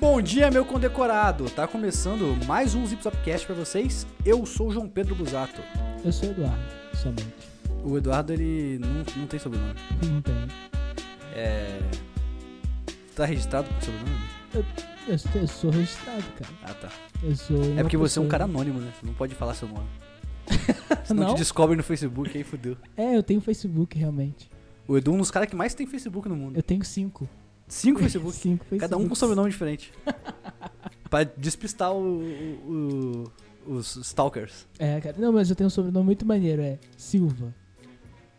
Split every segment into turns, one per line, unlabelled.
Bom dia, meu condecorado! Tá começando mais um Zip Zopcast pra vocês. Eu sou o João Pedro Busato.
Eu sou o Eduardo, somente.
O Eduardo, ele não, não tem sobrenome.
Não tem.
É. Tá registrado com sobrenome?
Eu, sou- eu sou registrado, cara.
Ah, tá.
Eu sou.
É
uma
porque você é um
pessoa-
cara anônimo, né? Você não pode falar seu nome. Senão
Não?
te descobre no Facebook, aí fudeu.
É, eu tenho Facebook, realmente.
O Edu é um dos caras que mais tem Facebook no mundo.
Eu tenho cinco.
Cinco Facebook.
Cinco Facebooks.
Cada um com um sobrenome diferente. pra despistar o- o- o- os stalkers.
É, cara. Não, mas eu tenho um sobrenome muito maneiro, é Silva.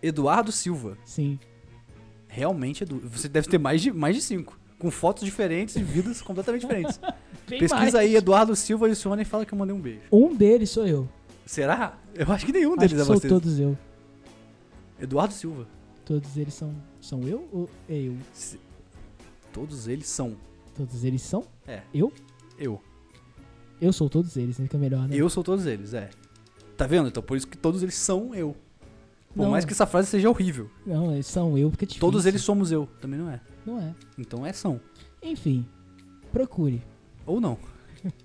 Eduardo Silva.
Sim.
Realmente, Edu. Você deve ter mais de, mais de cinco. Com fotos diferentes e vidas completamente diferentes. Pesquisa aí, Eduardo Silva adiciona e fala que eu mandei um beijo.
Um deles sou eu.
Será? Eu acho que nenhum
Acho
deles
que
é
sou
você.
todos eu.
Eduardo Silva.
Todos eles são. São eu ou é eu?
Se- Todos eles são
Todos eles são?
É.
Eu?
eu.
Eu sou todos eles, né? Fica melhor, né?
Eu sou todos eles, é. Tá vendo? Então por isso que todos eles são eu. Por
Não.
mais que essa frase seja horrível.
Não, eles são eu, porque é difícil.
Todos eles somos eu. Também não é.
Não é.
Então é são.
Enfim, procure.
Ou não.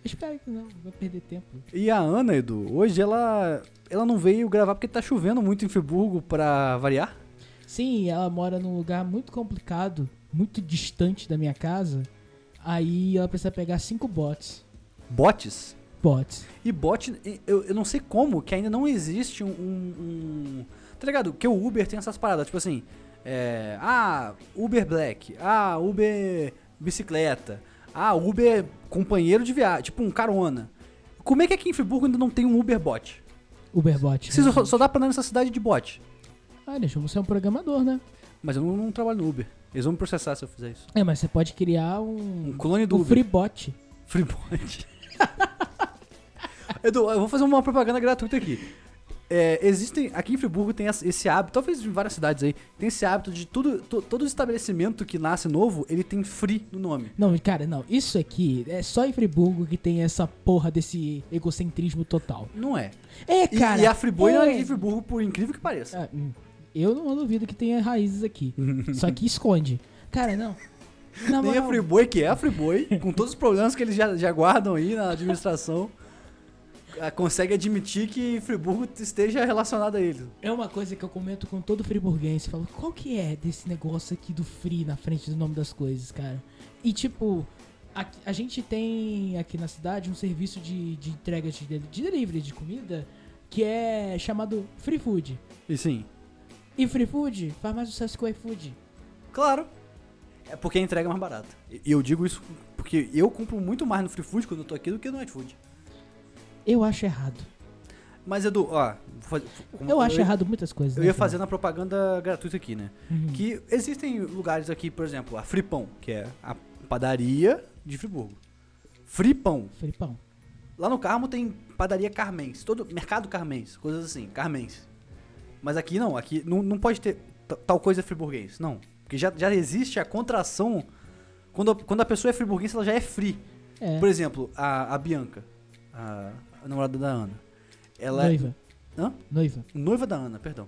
Espero que não, vou perder tempo.
E a Ana, Edu, hoje ela. Ela não veio gravar porque tá chovendo muito em Friburgo pra variar.
Sim, ela mora num lugar muito complicado, muito distante da minha casa. Aí ela precisa pegar cinco bots.
Botes.
Bots.
E bot, eu, eu não sei como que ainda não existe um, um- um- Tá ligado? Que o Uber tem essas paradas, tipo assim. É, ah, Uber Black. Ah, Uber Bicicleta. Ah, Uber Companheiro de Viagem. Tipo um carona. Como é que aqui em Friburgo ainda não tem um Uber bot?
Uberbot.
Vocês só, só dá pra andar nessa cidade de bot.
né? Ah, deixa você é um programador, né?
Mas eu não, não trabalho no Uber. Eles vão me processar se eu fizer isso.
É, mas você pode criar
Um
um.
clone do
Um
Uber.
freebot.
Freebot. Edu, eu vou fazer uma propaganda gratuita aqui. É, existem, aqui em Friburgo tem essa- esse hábito, talvez em várias cidades aí, tem esse hábito de tudo, to- todo estabelecimento que nasce novo, ele tem free no nome.
Não, cara, não. Isso aqui é só em Friburgo que tem essa porra desse egocentrismo total.
Não é.
É,
E,
cara.
e a Friboi não é
é.
de Friburgo, por incrível que pareça.
Ah, hum. Eu não duvido que tenha raízes aqui. só que esconde. Cara, não. Na
Tem a
moral,
Friboi, que é a Friboi, com todos os problemas que eles já, já guardam aí na administração, ah, consegue admitir que Friburgo esteja relacionado a eles.
É uma coisa que eu comento com todo friburguense. Falo, qual que é desse negócio aqui do free na frente do nome das coisas, cara? E tipo, a, a gente tem aqui na cidade um serviço de, de entrega de, de delivery de comida que é chamado Free Food.
E sim,
E Free Food faz mais sucesso que o iFood.
Claro. É porque a entrega é mais barata. E eu digo isso porque eu compro muito mais no Free Food quando eu tô aqui do que no iFood.
Eu acho errado.
Mas, Edu, ó... vou fazer- como-
Eu acho
ia-
errado muitas coisas.
Eu
né,
ia
cara?
fazendo a propaganda gratuita aqui, né?
Uhum.
Que existem lugares aqui, por exemplo, a Fripão, que é a padaria de Friburgo. Fripão.
Felipão.
Lá no Carmo tem padaria Carmens, todo mercado Carmens, coisas assim, Carmens. Mas aqui não, aqui não, não pode ter ta- tal coisa friburguês, não. Porque já, já existe a contração. Quando a, quando a pessoa é friburguense, ela já é free.
É.
Por exemplo, a, a Bianca, a, a namorada da Ana. Ela é
Noiva.
Hã?
Noiva.
Noiva da Ana, perdão.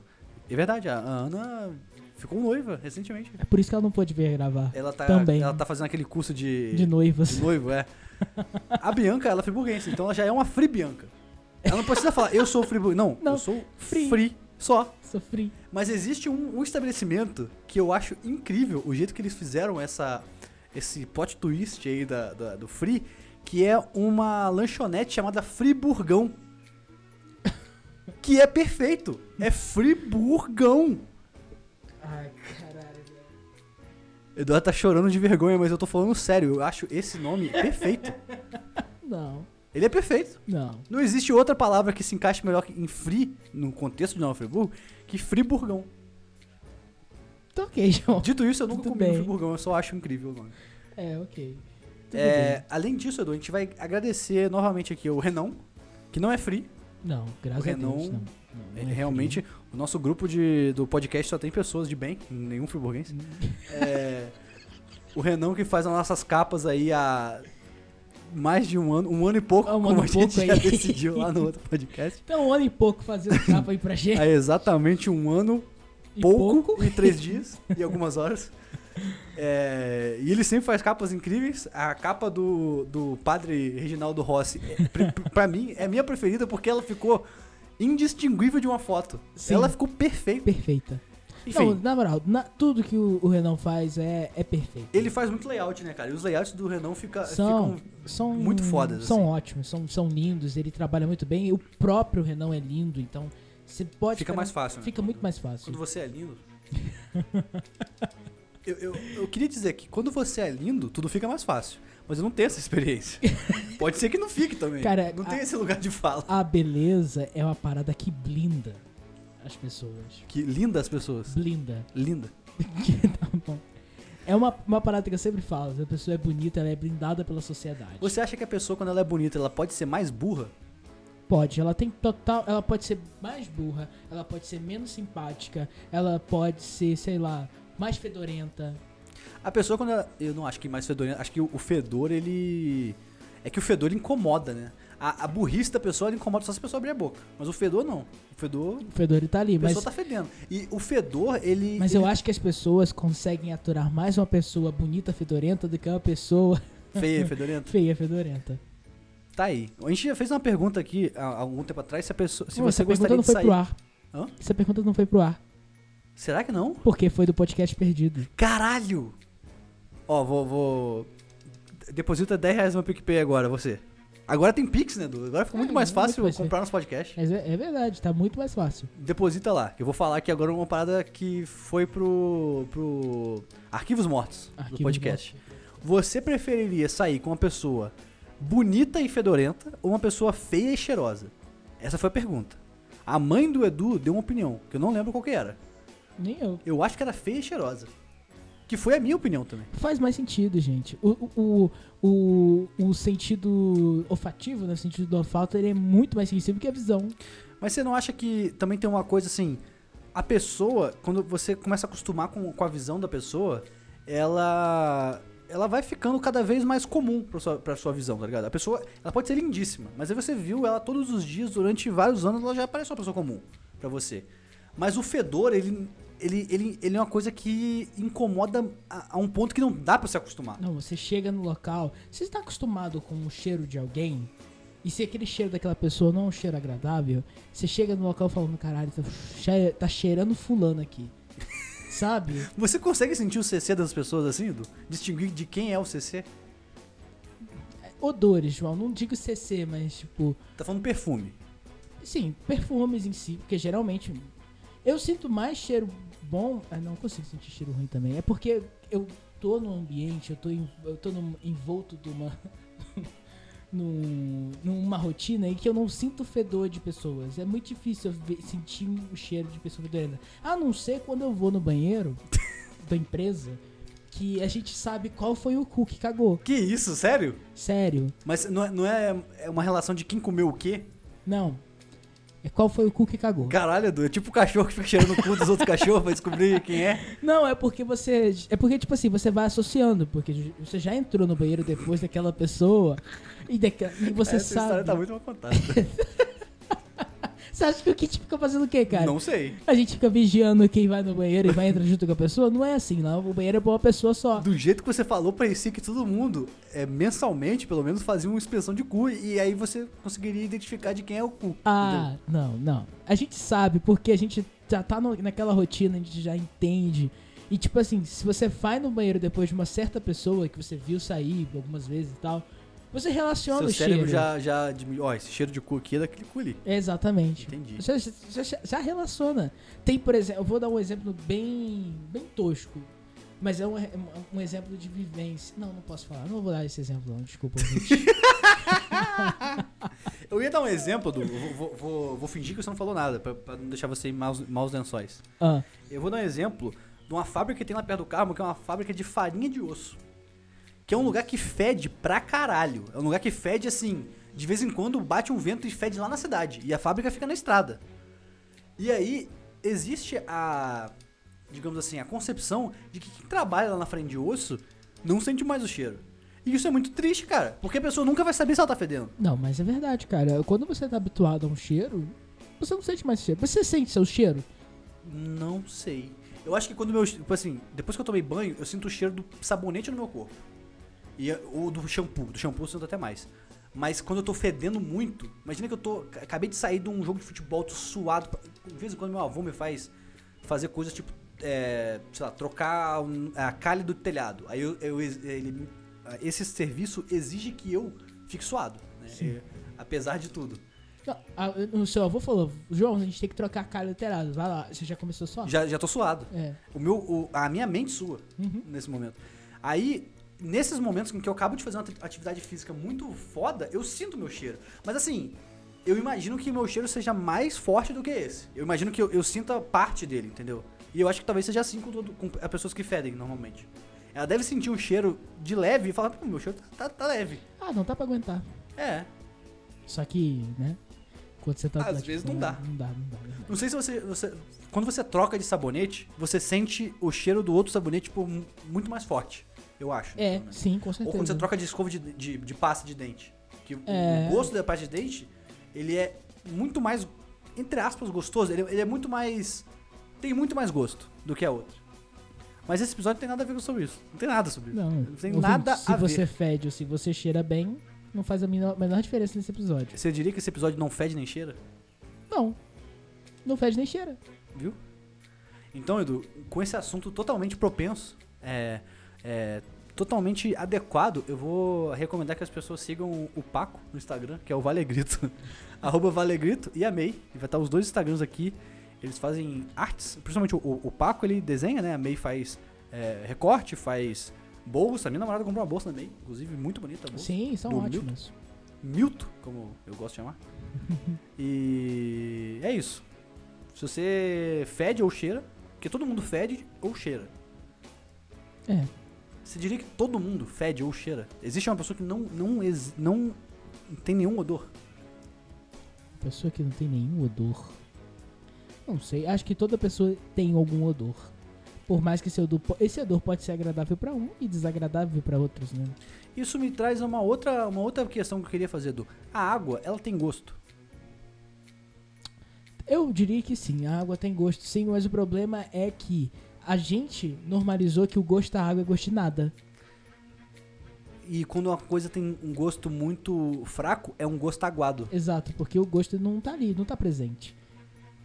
É verdade, a, a Ana ficou noiva recentemente.
É por isso que ela não pôde vir gravar.
Ela tá,
Também.
ela tá fazendo aquele curso de,
De noivas.
de noivo, é. A Bianca, ela é friburguense, então ela já é uma free Bianca. Ela não precisa falar, eu sou friburguense. Não,
Não,
eu sou free.
free.
só.
Sofri.
Mas existe um, um estabelecimento que eu acho incrível o jeito que eles fizeram essa, esse plot twist aí da, da- do free, que é uma lanchonete chamada Friburgão. Que é perfeito. É Friburgão.
Ai, caralho. velho.
Eduardo tá chorando de vergonha, mas eu tô falando sério. Eu acho esse nome perfeito.
Não,
Ele é perfeito.
não.
Não existe outra palavra que se encaixe melhor em free, no contexto de Nova Friburgo, que friburgão.
Tá ok, João.
Dito isso, eu nunca
Tudo
comi um
bem.
friburgão, eu só acho incrível o nome.
É, ok. Tudo
É,
bem.
além disso, Edu, a gente vai agradecer novamente aqui o Renan, que não é free.
Não, graças
o
a Deus,
Renan-
não. Não, não é
Ele realmente, o nosso grupo de, do podcast só tem pessoas de bem, nenhum
Hum.
friburguense. É, o Renan que faz as nossas capas aí há mais de um ano, um ano e pouco,
Há um
como
ano
a
e
gente
pouco
já
aí.
decidiu lá no outro podcast.
Então, um ano e pouco fazendo capa aí pra gente.
Há exatamente um ano
E
pouco, em três dias e algumas horas. É, e ele sempre faz capas incríveis. A capa do, do padre Reginaldo Rossi, é, pra, pra mim, é minha preferida porque ela ficou indistinguível de uma foto.
Sim.
Ela ficou perfeita.
Perfeita.
Enfim,
Não, na moral, na- tudo que o, o Renan faz é, é perfeito.
ele faz muito layout, né, cara? E os layouts do Renan fica,
são,
ficam.
são
muito fodas,
São
assim.
ótimos, são, são lindos, ele trabalha muito bem. O próprio Renan é lindo, então você pode.
Fica
ficar-
mais fácil, né?
Fica muito mais fácil.
Quando você é lindo. eu, eu, eu queria dizer que quando você é lindo, tudo fica mais fácil. Mas eu não tenho essa experiência. Pode ser que não fique também.
Cara,
não tem
a-
esse lugar de fala.
A beleza é uma parada que blinda as pessoas.
Que linda as pessoas.
Blinda.
Linda.
Que tá bom. É uma, uma parada que eu sempre falo. Se a pessoa é bonita, ela é blindada pela sociedade.
Você acha que a pessoa, quando ela é bonita, ela pode ser mais burra?
Pode, ela tem total. Ela pode ser mais burra, ela pode ser menos simpática, ela pode ser, sei lá, mais fedorenta.
A pessoa, quando ela. Eu não acho que mais fedorenta. Acho que o o fedor, ele. É que o fedor ele incomoda, né? A, a burrice da pessoa ela incomoda só se a pessoa abrir a boca. Mas o fedor não. O fedor.
O fedor tá ali,
A
mas.
pessoa tá fedendo. E o fedor, ele.
Mas
ele
eu acho que as pessoas conseguem aturar mais uma pessoa bonita, fedorenta, do que uma pessoa
Feia, fedorento.
feia, fedorenta.
Tá aí. A gente já fez uma pergunta aqui há há algum tempo atrás se a pessoa. Se
Não,
você
essa
gostaria
pergunta não
de
foi
sair.
pro ar.
Hã?
Essa pergunta não foi pro ar.
Será que não?
Porque foi do podcast perdido.
Caralho! Ó, vou. vou... Deposita 10 reais no meu PicPay agora, você. Agora tem Pix, né, Du? Agora fica muito
É,
mais
muito mais
fácil
fácil.
comprar nos podcasts.
Mas é, é verdade, tá muito mais fácil.
Deposita lá. Eu vou falar aqui agora uma parada que foi pro. pro. Arquivos Mortos do
Arquivos
podcast. Você preferiria sair com uma pessoa bonita e fedorenta ou uma pessoa feia e cheirosa? Essa foi a pergunta. A mãe do Edu deu uma opinião, que eu não lembro qual que era.
Nem eu.
Eu acho que era feia e cheirosa. Que foi a minha opinião também.
Faz mais sentido, gente. O, o, o, o- o sentido olfativo, né? O sentido do olfato, ele é muito mais sensível que a visão.
Mas você não acha que também tem uma coisa assim? A pessoa, quando você começa a acostumar com, com a visão da pessoa, ela ela vai ficando cada vez mais comum pra sua, pra sua visão, tá ligado? A pessoa, ela pode ser lindíssima, mas aí você viu ela todos os dias, durante vários anos, ela já parece uma pessoa comum pra você. Mas o fedor, ele, ele, ele, ele é uma coisa que incomoda a, a um ponto que não dá pra se acostumar.
Não, você chega no local, você está acostumado com o cheiro de alguém, e se aquele cheiro daquela pessoa não é um cheiro agradável, você chega no local falando, caralho, tá, che- tá cheirando fulano aqui. Sabe?
Você consegue sentir o CC das pessoas assim, Edu? Distinguir de quem é o CC?
Odores, João. Não digo CC, mas tipo.
Tá falando perfume.
Sim, perfumes em si, porque geralmente eu sinto mais cheiro bom. Ah, não consigo sentir cheiro ruim também. É porque eu tô num ambiente, eu tô, em, eu tô num, envolto de uma. num- numa rotina em que eu não sinto fedor de pessoas. É muito difícil eu ver- sentir o cheiro de pessoa fedorenta. A não ser quando eu vou no banheiro da empresa que a gente sabe qual foi o cu que cagou.
Que isso, sério?
Sério.
Mas não é, não é é uma relação de quem comeu o quê?
Não. É qual foi o cu que cagou.
Caralho, Edu, é tipo o cachorro que fica cheirando o cu dos outros cachorros pra descobrir quem é.
Não, é porque você. É porque, tipo assim, você vai associando, porque ju- você já entrou no banheiro depois daquela pessoa e, daquela- e você
Essa
sabe.
história tá muito mal contada.
Você acha que o Kit fica fazendo o quê, cara?
Não sei.
A gente fica vigiando quem vai no banheiro e vai entrar junto com a pessoa? Não é assim, não. O banheiro é pra uma pessoa só.
Do jeito que você falou, parecia que todo mundo, é, mensalmente, pelo menos, fazia uma inspeção de cu e aí você conseguiria identificar de quem é o cu.
Ah, não, não. A gente sabe, porque a gente já tá no- naquela rotina, a gente já entende. E tipo assim, se você vai no banheiro depois de uma certa pessoa que você viu sair algumas vezes e tal, você relaciona
Seu
o
cérebro
um cheiro.
já, já diminuiu. Ó, esse cheiro de cu aqui é daquele cu ali.
Exatamente.
Entendi.
Já, já- já- já relaciona. Tem, por exemplo, eu vou dar um exemplo bem, bem tosco. Mas é um, é um exemplo de vivência. Não, não posso falar. Não vou dar esse exemplo, não. Desculpa, ouvinte.
Eu ia dar um exemplo, Edu. eu Vou, vou- vou- vou fingir que você não falou nada, pra, pra não deixar você em maus, maus lençóis.
ah,
Eu vou dar um exemplo de uma fábrica que tem lá perto do Carmo, que é uma fábrica de farinha de osso. Que é um lugar que fede pra caralho. É um lugar que fede assim. De vez em quando bate um vento e fede lá na cidade. E a fábrica fica na estrada. E aí, existe a. Digamos assim, a concepção de que quem trabalha lá na frente de osso não sente mais o cheiro. E isso é muito triste, cara. Porque a pessoa nunca vai saber se ela tá fedendo.
não, mas é verdade, cara. Quando você tá habituado a um cheiro, você não sente mais cheiro. Você sente seu cheiro?
Não sei. Eu acho que quando meu. Tipo assim, depois que eu tomei banho, eu sinto o cheiro do sabonete no meu corpo. E, eu- ou do shampoo. Do shampoo eu sinto até mais. Mas quando eu tô fedendo muito, imagina que eu tô. Acabei de sair de um jogo de futebol, tô suado. pra- De vez em quando meu avô me faz fazer coisas tipo. é, sei lá, trocar um- a calha do telhado. Aí eu, eu ex- ele- esse serviço exige que eu fique suado. né?
Sim.
É, apesar de tudo.
Não, a- Ah, o seu avô falou, João, a gente tem que trocar a cara do telhado. Vai lá, você já começou só?
Já, já tô suado.
É.
O meu, o- a minha mente sua
Uhum.
nesse momento. Aí, nesses momentos em que eu acabo de fazer uma ati- atividade física muito foda, eu sinto meu cheiro. Mas assim, eu imagino que meu cheiro seja mais forte do que esse. Eu imagino que eu, eu sinta parte dele, entendeu? E eu acho que talvez seja assim com, todo, com as pessoas que fedem normalmente. Ela deve sentir um cheiro de leve e falar, pô, meu cheiro tá, tá- tá leve.
Ah, não dá pra aguentar.
É.
Só que, né? Quando você tá.
Às
tá,
vezes não dá.
Não dá, não dá. não dá.
Não sei se você, você. Quando você troca de sabonete, você sente o cheiro do outro sabonete tipo, mu- muito mais forte. Eu acho. né,
É,
pelo menos.
sim, com certeza.
Ou quando você troca de escova de, de, de pasta de dente. Que o-
É.
o gosto da pasta de dente, ele é muito mais, entre aspas, gostoso. Ele, ele é muito mais. Tem muito mais gosto do que a outra. Mas esse episódio não tem nada a ver com sobre isso. Não tem nada sobre isso.
Não,
tem
ouvinte,
nada
se
a
você
ver.
fede ou se você cheira bem, não faz a menor, menor diferença nesse episódio.
Você diria que esse episódio não fede nem cheira?
Não. Não fede nem cheira.
Viu? Então, Edu, com esse assunto totalmente propenso, é, é, totalmente adequado, eu vou recomendar que as pessoas sigam o Paco no Instagram, que é o Valegrito. arroba Valegrito e a May. E vai estar os dois Instagrams aqui. Eles fazem artes, principalmente o, o- o Paco ele desenha, né? A May faz é, recorte, faz bolsa. Minha namorada comprou uma bolsa da May, inclusive muito bonita a bolsa.
Sim, são
Do
ótimas.
Milton, como eu gosto de chamar. e é isso. Se você fede ou cheira, porque todo mundo fede ou cheira.
É.
Você diria que todo mundo fede ou cheira? Existe uma pessoa que não não ex- não tem nenhum odor?
Pessoa que não tem nenhum odor. Não sei, acho que toda pessoa tem algum odor. Por mais que esse odor, po- esse odor pode ser agradável pra um e desagradável pra outros, né?
Isso me traz uma outra uma outra questão que eu queria fazer, Edu. A água, ela tem gosto.
Eu diria que sim, a água tem gosto sim, mas o problema é que a gente normalizou que o gosto da água é gosto de nada.
E quando uma coisa tem um gosto muito fraco, é um gosto aguado.
Exato, porque o gosto não tá ali, não tá presente.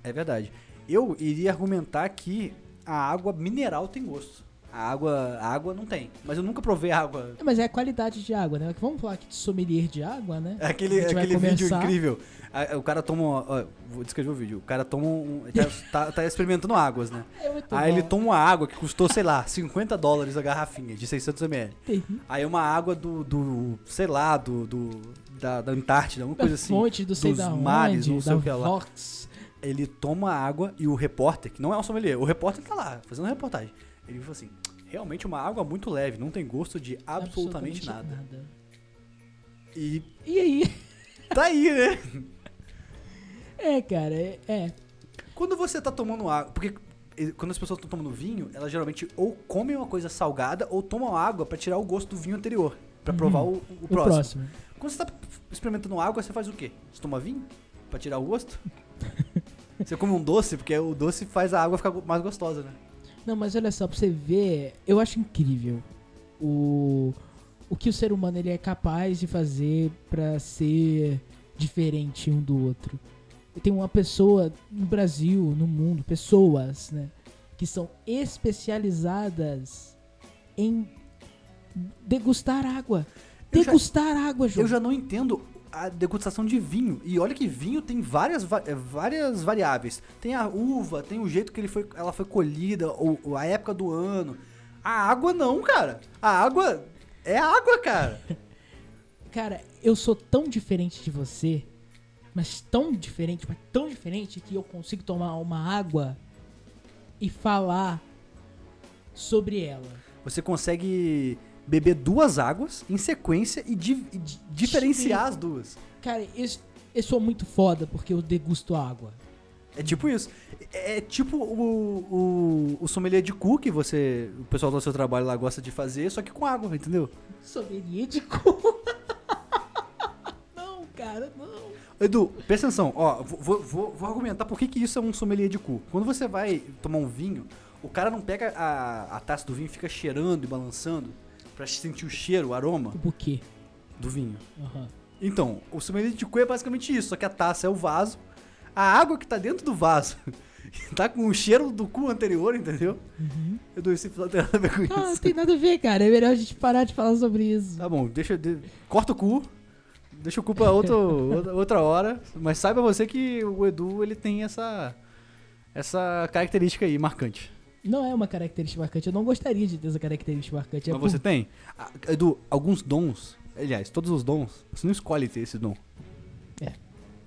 É verdade. Eu iria argumentar que a água mineral tem gosto. A água, a água não tem. Mas eu nunca provei água.
É, Mas é a qualidade de água, né? Vamos falar aqui de sommelier de água, né?
É Aquele,
A gente vai
aquele vídeo
começar.
incrível. A- O cara toma. Ó, vou descrever o vídeo. O cara toma um. ele Tá, tá- tá experimentando águas, né?
É muito
Aí
bom.
ele toma uma água que custou, sei lá, 50 dólares a garrafinha, de 600ml.
Tem-
Aí é uma água do. do sei lá, do. do da, da Antártida, alguma
da
coisa assim.
fonte do sei
dos
da
mares,
onde,
não sei
da
o que é lá.
Vox.
ele toma água e o repórter, que não é um sommelier, o repórter tá lá, fazendo a reportagem. Ele falou assim, realmente uma água muito leve, não tem gosto de absolutamente, nada. E
E aí?
tá aí, né?
É, cara, é. é.
Quando você tá tomando água, porque eh, quando as pessoas estão tomando vinho, elas geralmente ou comem uma coisa salgada ou tomam água pra tirar o gosto do vinho anterior, pra provar o, Uhum. o
O
próximo.
próximo.
Quando você tá experimentando água, você faz o quê? Você toma vinho? Pra tirar o gosto? você come um doce, porque o doce faz a água ficar go- mais gostosa, né?
Não, mas olha só, pra você ver, eu acho incrível o, o que o ser humano ele é capaz de fazer pra ser diferente um do outro. Tem uma pessoa no Brasil, no mundo, pessoas, né, que são especializadas em degustar água.
Eu já-
Degustar água, João.
Eu já não entendo a degustação de vinho. E olha que vinho tem várias, va- eh, várias variáveis. Tem a uva, tem o jeito que ele foi, ela foi colhida, ou, ou a época do ano. A água não, cara. A água é água, cara.
Cara, eu sou tão diferente de você, mas tão diferente, mas tão diferente que eu consigo tomar uma água e falar sobre ela.
Você consegue beber duas águas em sequência e, di- e di- diferenciar as duas.
Cara, eu, eu sou muito foda porque eu degusto água.
É tipo isso. É é tipo o, o, o sommelier de cu que você, o pessoal do seu trabalho lá gosta de fazer, só que com água, entendeu?
Sommelier de cu. não, cara, não.
Edu, presta atenção, ó, vou, vou- vou- vou argumentar por que, que isso é um sommelier de cu. Quando você vai tomar um vinho, O cara não pega a, a taça do vinho e fica cheirando e balançando pra sentir o cheiro, o aroma
O buquê.
do vinho.
Aham.
Então, o sommelier de cu é basicamente isso, só que a taça é o vaso, a água que tá dentro do vaso tá com o cheiro do cu anterior, entendeu?
Uhum.
Eu dou esse não tem nada a ver com
Ah, não
isso.
tem nada a ver, cara. É melhor a gente parar de falar sobre isso.
Tá bom, deixa. de- corta o cu. Deixa o cu pra outro, outra- outra hora. Mas saiba você que o Edu ele tem essa. Essa característica aí, marcante.
Não é uma característica marcante. Eu não gostaria de ter essa característica marcante. É
Mas
por-
você tem? Ah, Edu, alguns dons. Aliás, todos os dons. Você não escolhe ter esse dom.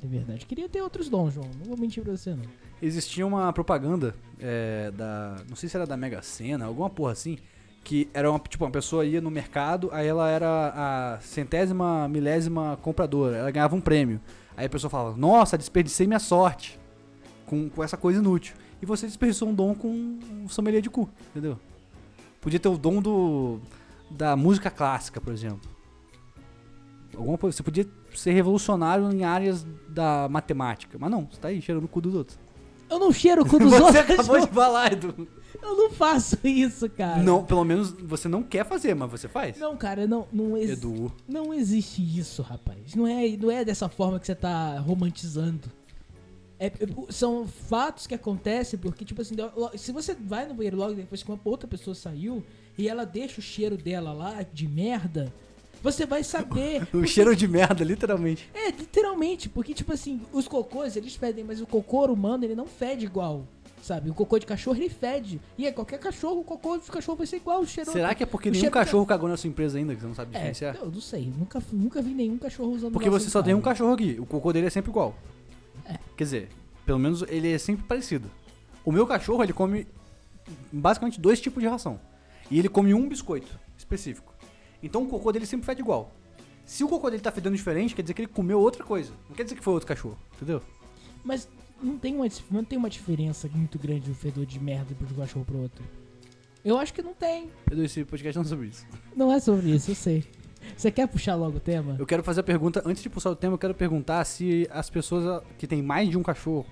É verdade. Queria ter outros dons, João. Não vou mentir pra você, não.
existia uma propaganda é, da. Não sei se era da Mega Sena, alguma porra assim. Que era uma, tipo, uma pessoa ia no mercado, aí ela era a centésima, milésima compradora, ela ganhava um prêmio. Aí a pessoa falava, nossa, desperdicei minha sorte com, com essa coisa inútil. E você desperdiçou um dom com um sommelier de cu, entendeu? Podia ter o dom do da música clássica, por exemplo. Alguma, coisa- você podia ser revolucionário em áreas da matemática, mas não, você tá aí cheirando o cu dos outros.
Eu não cheiro o cu dos
Você
outros.
acabou
João.
de falar, Edu.
Eu não faço isso, cara.
Não, pelo menos você não quer fazer, mas você faz.
Não, cara, não, não, ex-
Edu.
não existe isso, rapaz. Não é, não é dessa forma que você tá romantizando. É- é- são fatos que acontecem porque, tipo assim, lo- se você vai no banheiro logo depois que uma outra pessoa saiu e ela deixa o cheiro dela lá de merda, você vai saber.
O cheiro de merda, literalmente.
É, literalmente, porque, tipo assim, os cocôs eles fedem, mas o cocô humano ele não fede igual. Sabe? O cocô de cachorro ele fede. E é qualquer cachorro, o cocô do cachorro vai ser igual o cheiro.
Será que é porque
o
nenhum
cheiro
cachorro cagou na sua empresa ainda, que você não sabe
É,
diferenciar?
eu não sei. Nunca, fui- nunca vi nenhum cachorro usando assim.
Porque
laço
você
de
só tem um
carne.
cachorro aqui, o cocô dele é sempre igual.
É.
Quer dizer, pelo menos ele é sempre parecido. O meu cachorro, ele come basicamente dois tipos de ração. E ele come um biscoito específico. Então o cocô dele sempre fede igual. Se o cocô dele tá fedendo diferente, quer dizer que ele comeu outra coisa. Não quer dizer que foi outro cachorro, entendeu?
Mas não tem, uma, dif- não tem uma diferença muito grande do fedor de merda de um cachorro pro outro. Eu acho que não tem.
Edu, esse podcast não é sobre isso.
Não é sobre isso, eu sei. Você quer puxar logo o tema?
Eu quero fazer a pergunta, antes de pulsar o tema, eu quero perguntar se as pessoas ah, que têm mais de um cachorro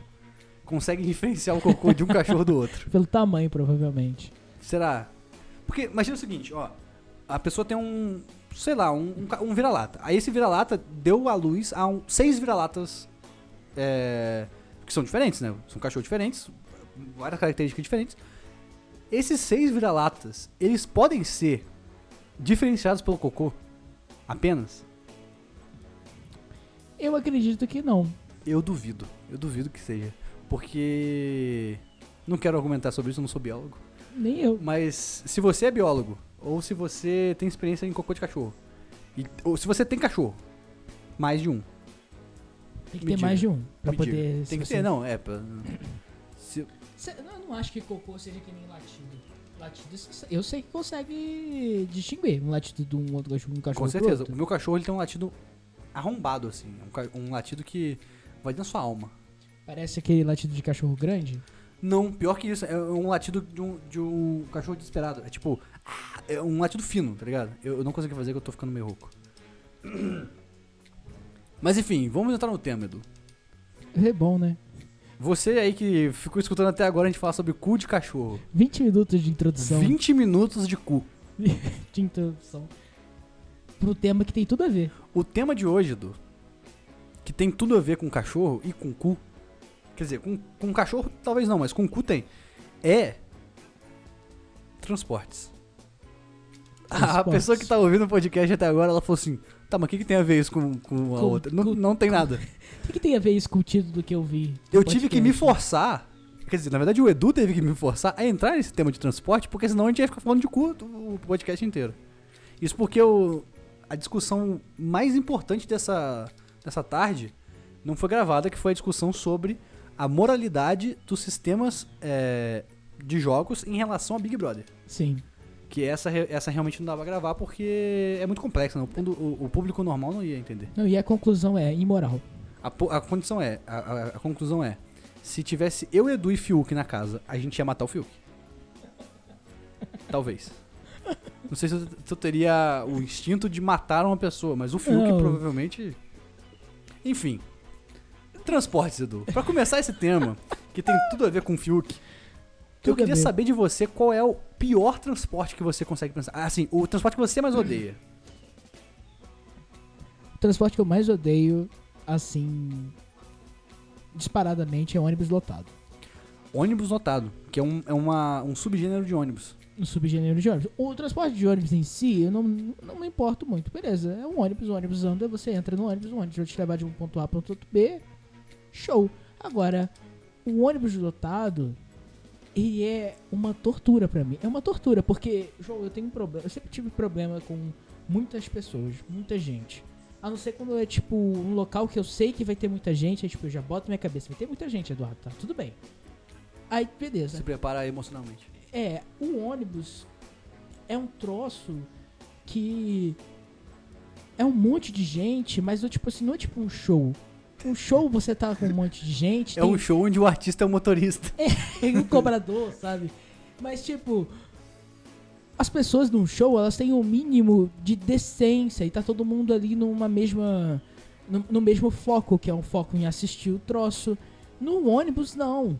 conseguem diferenciar o cocô de um cachorro do outro.
Pelo tamanho, provavelmente.
Será? Porque imagina o seguinte, ó. A pessoa tem um, sei lá, um, um ca- um vira-lata. Aí esse vira-lata deu à luz a um- seis vira-latas é, que são diferentes, né? São cachorros diferentes, várias características diferentes. Esses seis vira-latas, eles podem ser diferenciados pelo cocô apenas?
Eu acredito que não.
Eu duvido. Eu duvido que seja. Porque. Não quero argumentar sobre isso, eu não sou biólogo.
Nem eu.
Mas se você é biólogo, ou se você tem experiência em cocô de cachorro, e- ou se você tem cachorro, mais de um.
Tem que
Me
ter mais de
diga.
um. Pra
me diga.
poder. se
Tem que
você-
ter, não, é. Pra, se-
Cê- não, Eu não acho que cocô seja que nem latido. Latido, cê- eu sei que consegue distinguir um latido de um outro cachorro, um cachorro
com
pro
certeza.
outro.
O meu cachorro ele tem um latido arrombado, assim. Um, ca- um latido que vai na sua alma.
Parece aquele latido de cachorro grande.
Não, pior que isso, é um latido de um, de um cachorro desesperado. É tipo, ah, é um latido fino, tá ligado? Eu, eu não consegui fazer que eu tô ficando meio rouco. Mas enfim, vamos entrar no tema, Edu.
É bom, né?
Você aí que ficou escutando até agora a gente falar sobre cu de cachorro.
20 minutos de introdução.
20 minutos de cu.
de introdução. Pro tema que tem tudo a ver.
O tema de hoje, Edu, que tem tudo a ver com cachorro e com cu, quer dizer, com, com cachorro talvez não, mas com cu tem, é transportes. A
Transportes.
pessoa que tá ouvindo o podcast até agora, ela falou assim, tá, mas o que, que tem a ver isso com, com a
Com-
outra? Não,
com-
não tem nada.
O que, que tem a ver isso com o título do que eu vi? do
Eu tive que me
podcast?
forçar. Quer dizer, na verdade o Edu teve que me forçar a entrar nesse tema de transporte, porque senão a gente ia ficar falando de cu o podcast inteiro. Isso porque o, a discussão mais importante dessa, dessa tarde não foi gravada, que foi a discussão sobre a moralidade dos sistemas é, de jogos em relação a Big Brother.
Sim.
Que essa, re- essa realmente não dava pra gravar porque é muito complexa, né? O pú- o- o público normal não ia entender.
Não, e a conclusão é imoral.
A, po- a condição é, a, a- a conclusão é, se tivesse eu, Edu e Fiuk na casa, a gente ia matar o Fiuk. Talvez. Não sei se eu, se eu teria o instinto de matar uma pessoa, mas o Fiuk
Não.
provavelmente. Enfim. Transportes, Edu. Pra começar esse tema, que tem tudo a ver com o Fiuk, Eu
Tudo
queria
é meu.
saber de você qual é o pior transporte que você consegue pensar. Ah, Assim, o transporte que você mais odeia.
O transporte que eu mais odeio, assim. disparadamente, é ônibus lotado.
Ônibus lotado, que é um, é uma, um subgênero de ônibus.
No subgênero de ônibus. O transporte de ônibus em si, eu não, não me importo muito. Beleza, é um ônibus, o ônibus anda, você entra no ônibus, o ônibus vai te levar de um ponto A para outro B. Show. Agora, o ônibus lotado, ele é uma tortura pra mim. É uma tortura, porque, João, eu tenho um problema. Eu sempre tive problema com muitas pessoas, muita gente. A não ser quando é, tipo, um local que eu sei que vai ter muita gente, aí, tipo, eu já boto na minha cabeça, vai ter muita gente, Eduardo, tá tudo bem. Aí, beleza.
Se prepara emocionalmente.
É, o ônibus é um troço que é um monte de gente, mas tipo assim, não é tipo um show. Um show você tá com um monte de gente,
É
tem
um show onde o artista é o motorista.
tem um cobrador, sabe? Mas, tipo, as pessoas num show, elas têm o mínimo de decência e tá todo mundo ali numa mesma. No, no mesmo foco, que é um foco em assistir o troço. No ônibus, não.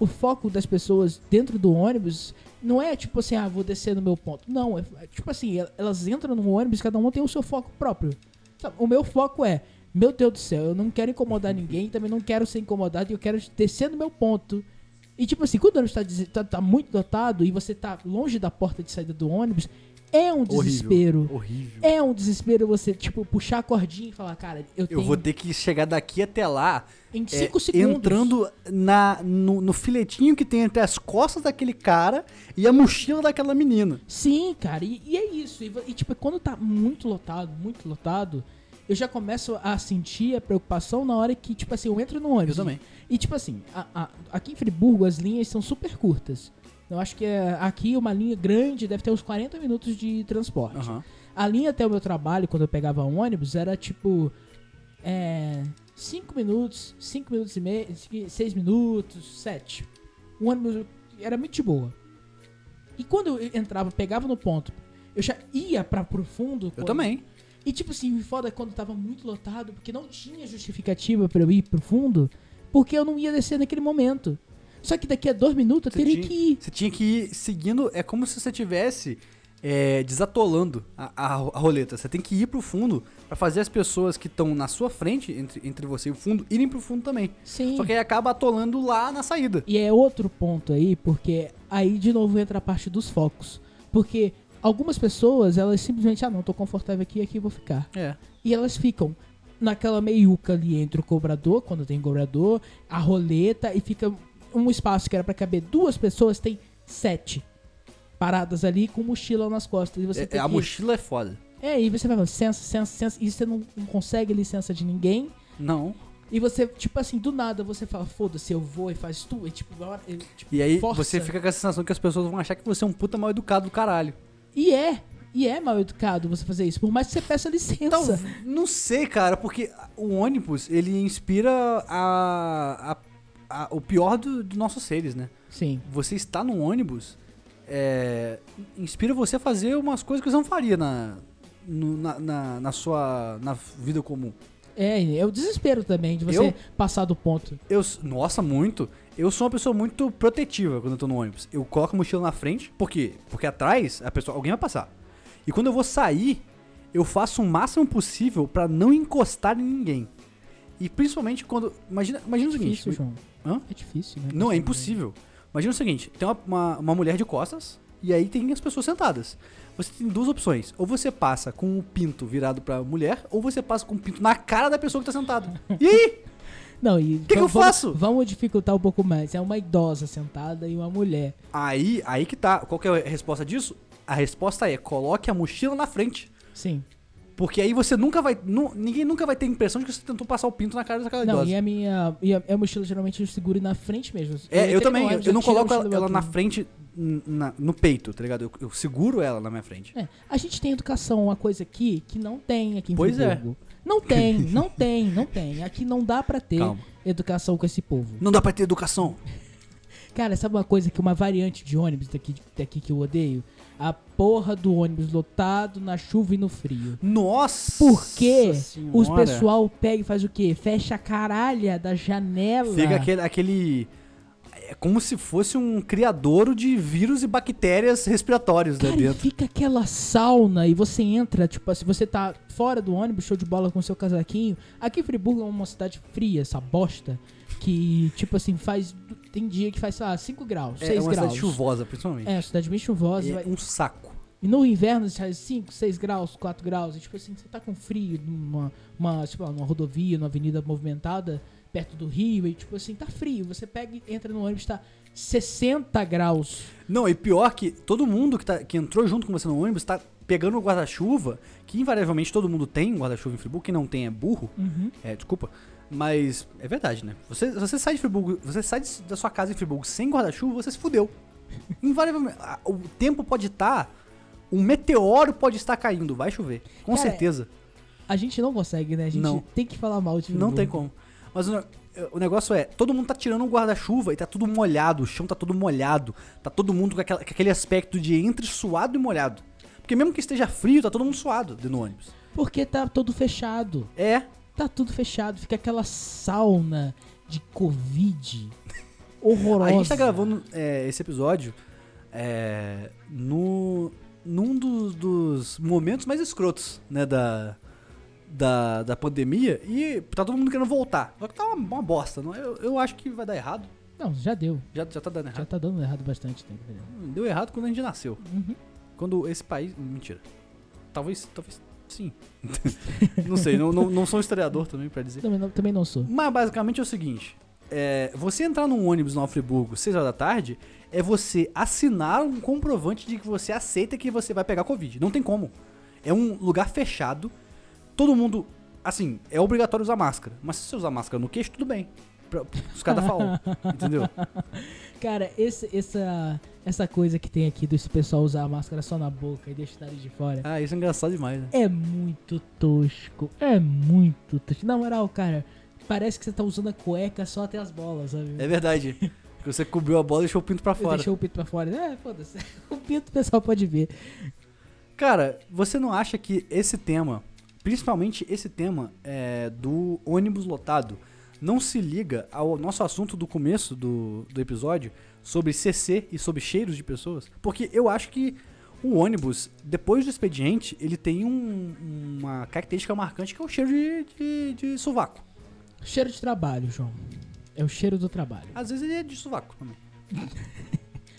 O foco das pessoas dentro do ônibus não é tipo assim, ah, vou descer no meu ponto. Não, é, é tipo assim, el- elas entram no ônibus, cada uma tem o seu foco próprio. Sabe, O meu foco é, meu Deus do céu, eu não quero incomodar ninguém, também não quero ser incomodado e eu quero descer no meu ponto. E tipo assim, quando o ônibus tá, des- tá- tá muito dotado e você tá longe da porta de saída do ônibus, é um desespero.
Horrível. Horrível.
É um desespero você, tipo, puxar a cordinha e falar, cara, eu,
Eu
tenho
vou ter que chegar daqui até lá.
em
é,
5 segundos.
Entrando na, no, no filetinho que tem entre as costas daquele cara e a mochila daquela menina.
Sim, cara, e, e é isso. E, vo- e, tipo, quando tá muito lotado, muito lotado, eu já começo a sentir a preocupação na hora que, tipo assim, eu entro no ônibus.
Eu também.
E tipo assim, a- a- aqui em Friburgo as linhas são super curtas. Eu acho que é, aqui uma linha grande deve ter uns 40 minutos de transporte.
Aham.
A linha até o meu trabalho, quando eu pegava um ônibus, era tipo. É. 5 minutos, 5 minutos e meio, 6 minutos, 7. O ônibus era muito de boa. E quando eu entrava, pegava no ponto, eu já ia pra profundo.
Eu também.
E tipo assim, o foda é quando tava muito lotado, porque não tinha justificativa pra eu ir pro fundo, porque eu não ia descer naquele momento. Só que daqui a dois minutos eu
Você
teria
tinha-
que ir.
Você tinha que ir seguindo. É como se você tivesse é, desatolando a, a- a roleta. Você tem que ir pro fundo pra fazer as pessoas que estão na sua frente, entre, entre você e o fundo, irem pro fundo também.
Sim.
Só que aí acaba atolando lá na saída.
E é outro ponto aí, porque aí de novo entra a parte dos focos. Porque algumas pessoas, elas simplesmente, ah não, tô confortável aqui, aqui eu vou ficar.
É.
E elas ficam naquela meiuca ali entre o cobrador, quando tem cobrador, a roleta, e fica um espaço que era pra caber duas pessoas, tem sete paradas ali com mochila nas costas. E você tem
a
que-
mochila é foda.
É, e você vai falando, sensa, sensa, sensa, e você não, não consegue licença de ninguém.
Não.
E você, tipo assim, do nada você fala, foda-se, eu vou e faz tu, e tipo, na hora- e, tipo,
E aí
força.
você fica com a sensação que as pessoas vão achar que você é um puta mal educado do caralho.
E é, e é mal educado você fazer isso, por mais que você peça
Tal-
licença.
Então, não sei, cara, porque o ônibus, ele inspira a, a- a- o pior do- dos nossos seres, né?
Sim.
Você está no ônibus, é, inspira você a fazer umas coisas que você não faria na, no- na, na- na sua na vida comum.
É, é o desespero também de você
Eu?
passar do ponto.
Eu, s- nossa, muito. Eu sou uma pessoa muito protetiva quando eu tô no ônibus. Eu coloco a mochila na frente, por quê? Porque atrás a pessoa, alguém vai passar. E quando eu vou sair, eu faço o máximo possível pra não encostar em ninguém. E principalmente quando. Imagina, imagina o seguinte.
É Difícil, João.
Hã?
É difícil, né?
Não, é impossível. Imagina o seguinte: tem uma, uma, uma mulher de costas e aí tem as pessoas sentadas. Você tem duas opções. Ou você passa com o pinto virado pra mulher, ou você passa com o pinto na cara da pessoa que tá sentada. E aí?
Não, e. O
que eu faço?
Vamos dificultar um pouco mais. É uma idosa sentada e uma mulher.
Aí, aí que tá. Qual que é a resposta disso? A resposta é: coloque a mochila na frente.
Sim.
Porque aí você nunca vai. nu- ninguém nunca vai ter a impressão de que você tentou passar o pinto na cara daquela
Não,
É idosa.
e é a minha. E a, a mochila geralmente eu seguro na frente mesmo. um
É, eu
entrei
também.
no
Eu,
ônibus,
eu não
tiro a
coloco
mochila
ela,
do
ela na
batom.
frente, n- na- no peito, tá ligado? Eu, eu seguro ela na minha frente.
É, a gente tem educação, uma coisa aqui que não tem aqui em
Pois é.
Friburgo. Não tem, não tem, não tem. Aqui não dá pra ter
Calma.
educação com esse povo.
Não dá pra ter educação.
Cara, sabe uma coisa que uma variante de ônibus daqui, daqui que eu odeio? A porra do ônibus lotado na chuva e no frio.
Nossa!
Porque os
Senhora.
pessoal pega e faz o quê? Fecha a caralha da janela.
Fica aquele. aquele é como se fosse um criadouro de vírus e bactérias respiratórios lá
Cara, e
dentro.
fica aquela sauna e você entra, tipo, se você tá fora do ônibus, show de bola com seu casaquinho. Aqui em Friburgo é uma cidade fria, essa bosta. Que, tipo assim, faz. Tem dia que faz, sei lá, 5 graus, 6
É uma
graus.
cidade chuvosa, principalmente.
É, uma cidade bem chuvosa.
E
vai-
um saco.
E no inverno você faz 5, 6 graus, 4 graus. E, tipo assim, você tá com frio numa, uma, tipo, numa rodovia, numa avenida movimentada, perto do rio, e tipo assim, tá frio. Você pega e entra no ônibus, tá 60 graus.
Não, e pior que todo mundo que, tá- que entrou junto com você no ônibus tá pegando o guarda-chuva, que invariavelmente todo mundo tem um guarda-chuva em Friburgo, quem não tem é burro. É, desculpa. Mas é verdade, né? Você, se você sai de Friburgo, você sai de- da sua casa em Friburgo sem guarda-chuva, você se fudeu. Invariavelmente. Ah, O tempo pode estar. um meteoro pode estar caindo, vai chover. Com
Cara,
certeza.
A gente não consegue, né? A gente
Não.
tem que falar mal de
Não
Friburgo.
tem como. Mas o, ne- o negócio é, todo mundo tá tirando o guarda-chuva e tá tudo molhado, o chão tá todo molhado. Tá todo mundo com, aquela- com aquele aspecto de entre suado e molhado. Porque mesmo que esteja frio, tá todo mundo suado dentro do ônibus.
Porque tá todo fechado.
É,
Tá tudo fechado. Fica aquela sauna de Covid horrorosa.
A gente tá gravando é, esse episódio é, no, num dos, dos momentos mais escrotos, né, da, da, da pandemia e tá todo mundo querendo voltar. Só que tá uma, uma bosta, não? é? Eu, eu acho que vai dar errado.
Não, já deu.
Já, já tá dando
Já
errado.
tá dando errado bastante tempo. né?
Hum, Deu errado quando a gente nasceu.
Uhum.
Quando esse país. Hum, Mentira. Talvez. Talvez. Sim. não sei, não, não, não sou um historiador também pra dizer.
Também, não, também não sou.
Mas basicamente é o seguinte: é, você entrar num ônibus no Friburgo 6 horas da tarde é você assinar um comprovante de que você aceita que você vai pegar Covid. Não tem como. É um lugar fechado. Todo mundo. Assim, é obrigatório usar máscara. Mas se você usar máscara no queixo, tudo bem. Pra- os caras da FAO. entendeu?
Cara, esse- essa, essa coisa que tem aqui desse pessoal usar a máscara só na boca e deixar o nariz de fora
Ah, isso é engraçado demais, né?
é muito tosco. É muito tosco. Na moral, cara, parece que você tá usando a cueca só até as bolas, sabe?
É verdade. Que Você cobriu a bola e deixou o pinto pra
Eu
fora.
deixei o pinto pra fora. É, foda-se. O pinto o pessoal pode ver.
Cara, você não acha que esse tema, principalmente esse tema é, do ônibus lotado, não se liga ao nosso assunto do começo do, do episódio sobre CC e sobre cheiros de pessoas? Porque eu acho que o ônibus, depois do expediente, ele tem um- uma característica marcante que é o cheiro de, de, de sovaco.
Cheiro de trabalho, João. É o cheiro do trabalho.
Às vezes ele é de sovaco também.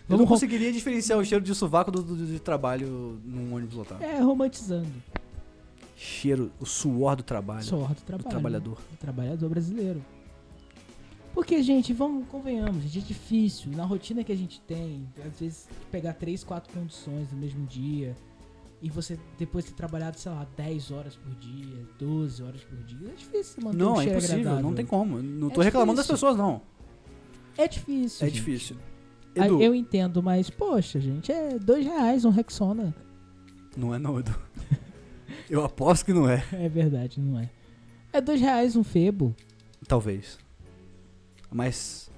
Eu não
Vamos rom-
conseguiria diferenciar o cheiro de sovaco do, do- do- de trabalho num ônibus lotado.
É romantizando.
Cheiro, o suor do trabalho.
Suor do trabalho.
do trabalhador.
né? Do trabalhador brasileiro. Porque, gente, vamos, convenhamos, gente, é difícil. Na rotina que a gente tem, às vezes pegar três, quatro condições no mesmo dia. E você, depois de ter trabalhado, sei lá, 10 horas por dia, 12 horas por dia, é difícil manter um
Não, é
cheiro
impossível,
agradável.
não tem como. Eu Não
É
tô reclamando das
difícil.
pessoas, não.
É difícil.
É
gente.
difícil.
Ah,
Edu,
Eu entendo, mas, poxa, gente, é dois reais um Rexona.
não é não, Edu. Eu aposto que não é.
É verdade, não é? É dois reais um febo.
Talvez. Mas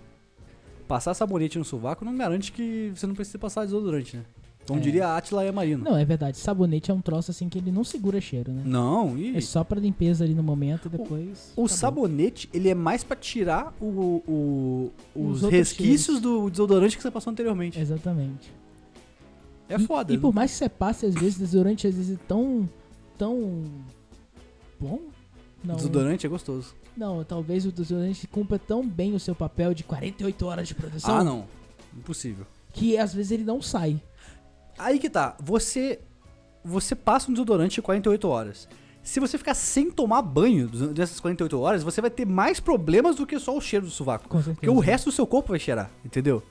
passar sabonete no sovaco não garante que você não precisa passar desodorante, né? Então
É.
diria a Atila e a Marina.
Não, é verdade. Sabonete é um troço assim que ele não segura cheiro, né?
Não, e
É só pra limpeza ali no momento e depois.
o
acabou.
sabonete, ele é mais pra tirar o, o- os
Os outros
resquícios do desodorante que você passou anteriormente.
Exatamente.
É,
E-
foda.
E,
né?
por mais que você passe, às vezes, desodorante, às vezes, é tão. tão. bom? Não. né?
Desodorante é gostoso.
Não, talvez o desodorante cumpra tão bem o seu papel de 48 horas de produção
Ah, não. Impossível.
que às vezes ele não sai.
Aí que tá. Você você passa um desodorante de 48 horas. Se você ficar sem tomar banho du- dessas 48 horas, você vai ter mais problemas do que só o cheiro do sovaco.
Com certeza.
Porque o resto do seu corpo vai cheirar, entendeu?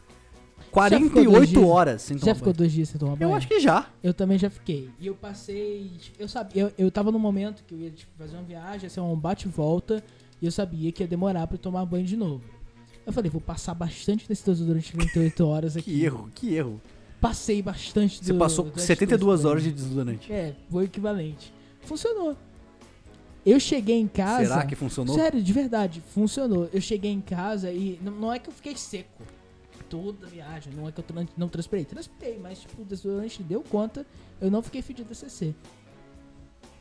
ficou dois
48
dias?
horas sem
Já
tomar
ficou
banho.
dois dias sem tomar banho?
Eu acho que já.
Eu também já fiquei. E eu passei. tipo, Eu sabia. Eu, eu tava num momento que eu ia tipo, fazer uma viagem, ia ser um bate-volta. E eu sabia que ia demorar pra eu tomar banho de novo. Eu falei, vou passar bastante nesse desodorante de 48 horas aqui.
Que erro, que erro.
Passei bastante
Você
do-
passou
do
72
antiperspirante.
horas de desodorante.
É, foi o equivalente. Funcionou. Eu cheguei em casa.
Será que funcionou?
Sério, de verdade, funcionou. Eu cheguei em casa e n- não é que eu fiquei seco toda a viagem, não é que eu tran- não transpirei. Transpirei, mas tipo, o desodorante deu conta, eu não fiquei fedido a CC.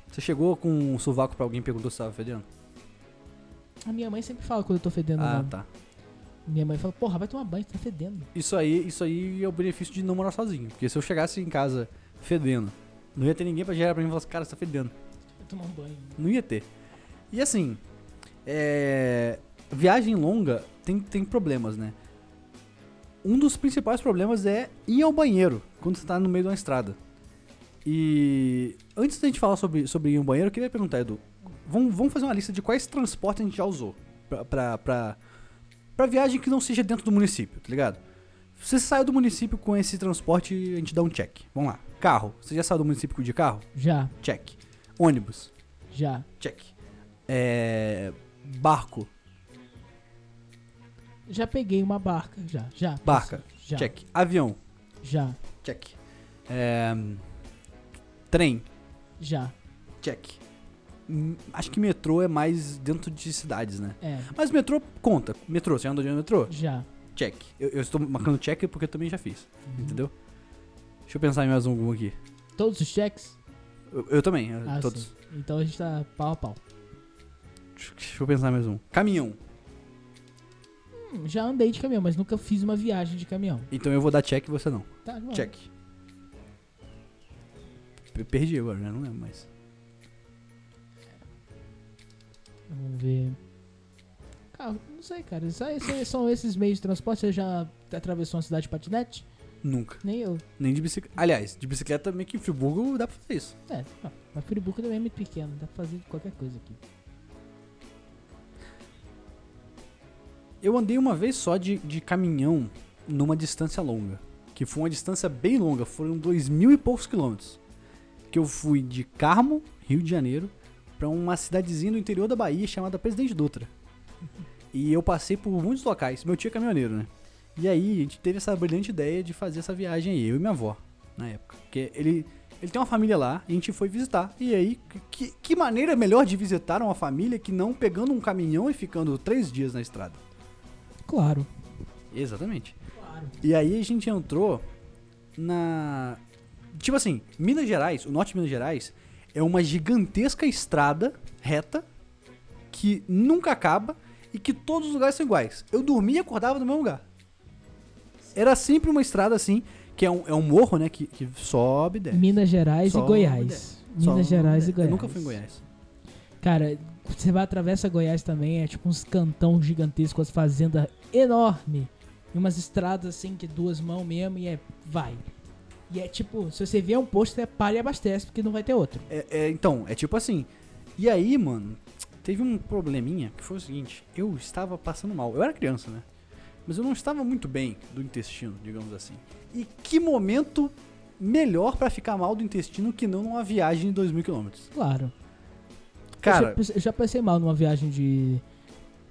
Você chegou com um sovaco pra alguém e perguntou se tava fedendo?
A minha mãe sempre fala quando eu tô fedendo,
ah,
não.
tá.
Minha mãe falou, porra, vai tomar banho, tá fedendo.
Isso aí, isso aí é o benefício de não morar sozinho. Porque se eu chegasse em casa fedendo, não ia ter ninguém pra gerar pra mim e falar assim, cara, você tá fedendo.
Vai tomar um banho.
Não ia ter. E assim, é, viagem longa tem, tem problemas, né? Um dos principais problemas é ir ao banheiro quando você tá no meio de uma estrada. E antes da gente falar sobre, sobre ir ao banheiro, eu queria perguntar, Edu, vamos, vamos fazer uma lista de quais transportes a gente já usou pra, pra, pra, pra viagem que não seja dentro do município, tá ligado? Você saiu do município com esse transporte, a gente dá um check. Vamos lá. Carro. Você já saiu do município de carro?
Já,
Check. Ônibus?
já.
Check. É, barco?
Já peguei uma barca, já, já.
Barca,
Já,
Check. Avião?
já,
Check. É, trem?
já.
Check. Hum, Acho que metrô é mais dentro de cidades, né?
É,
Mas metrô conta. Metrô, você já andou de metrô?
já.
Check. Eu, eu estou marcando check porque eu também já fiz,
Uhum.
entendeu? Deixa eu pensar em mais algum aqui.
Todos os cheques?
Eu, eu também, eu-
Ah,
É, todos.
sim. Então a gente tá pau a pau.
Deixa eu pensar em mais um. Caminhão.
Hum, já andei de caminhão, mas nunca fiz uma viagem de caminhão.
Então eu vou dar check e você não.
Tá, bom.
Check. P- Perdi agora, né? Não lembro mais.
Vamos ver. Carro, não sei, cara. Isso aí- isso aí são esses meios de transporte. Você já atravessou uma cidade de patinete?
Nunca.
Nem eu.
Nem de bicicleta. Aliás, de bicicleta meio que em Friburgo dá pra fazer isso.
É, ó, mas Furibuco também é muito pequeno. Dá pra fazer qualquer coisa aqui.
Eu andei uma vez só de, de caminhão numa distância longa. Que foi uma distância bem longa, foram dois mil e poucos quilômetros. Que eu fui de Carmo, Rio de Janeiro, pra uma cidadezinha do interior da Bahia chamada Presidente Dutra. E eu passei por muitos locais. Meu tio é caminhoneiro, né? E aí a gente teve essa brilhante ideia de fazer essa viagem aí, eu e minha avó, na época. Porque ele, ele tem uma família lá, e a gente foi visitar. E aí, que, que maneira melhor de visitar uma família que não pegando um caminhão e ficando três dias na estrada?
Claro.
Exatamente.
Claro.
E aí a gente entrou na. Tipo assim, Minas Gerais, o norte de Minas Gerais, é uma gigantesca estrada reta que nunca acaba e que todos os lugares são iguais. Eu dormia e acordava no mesmo lugar. Era sempre uma estrada assim, que é um, é um morro, né? Que, que sobe e desce.
É. Minas Gerais
Só
e Goiás.
Sobe
Minas Gerais
desce.
e Goiás.
Eu nunca fui em Goiás.
Cara, você vai atravessa Goiás também, é tipo uns cantão gigantesco, as fazendas enorme e umas estradas assim que duas mãos mesmo e é vai. E é tipo, se você vier um posto, você para e abastece, porque não vai ter outro.
É- é, então, é tipo assim. E aí, mano, teve um probleminha que foi o seguinte: eu estava passando mal. Eu era criança, né? Mas eu não estava muito bem do intestino, digamos assim. E que momento melhor pra ficar mal do intestino que não numa viagem de 2.000 km?
Claro.
Cara,
eu já, passei- eu já passei mal numa viagem de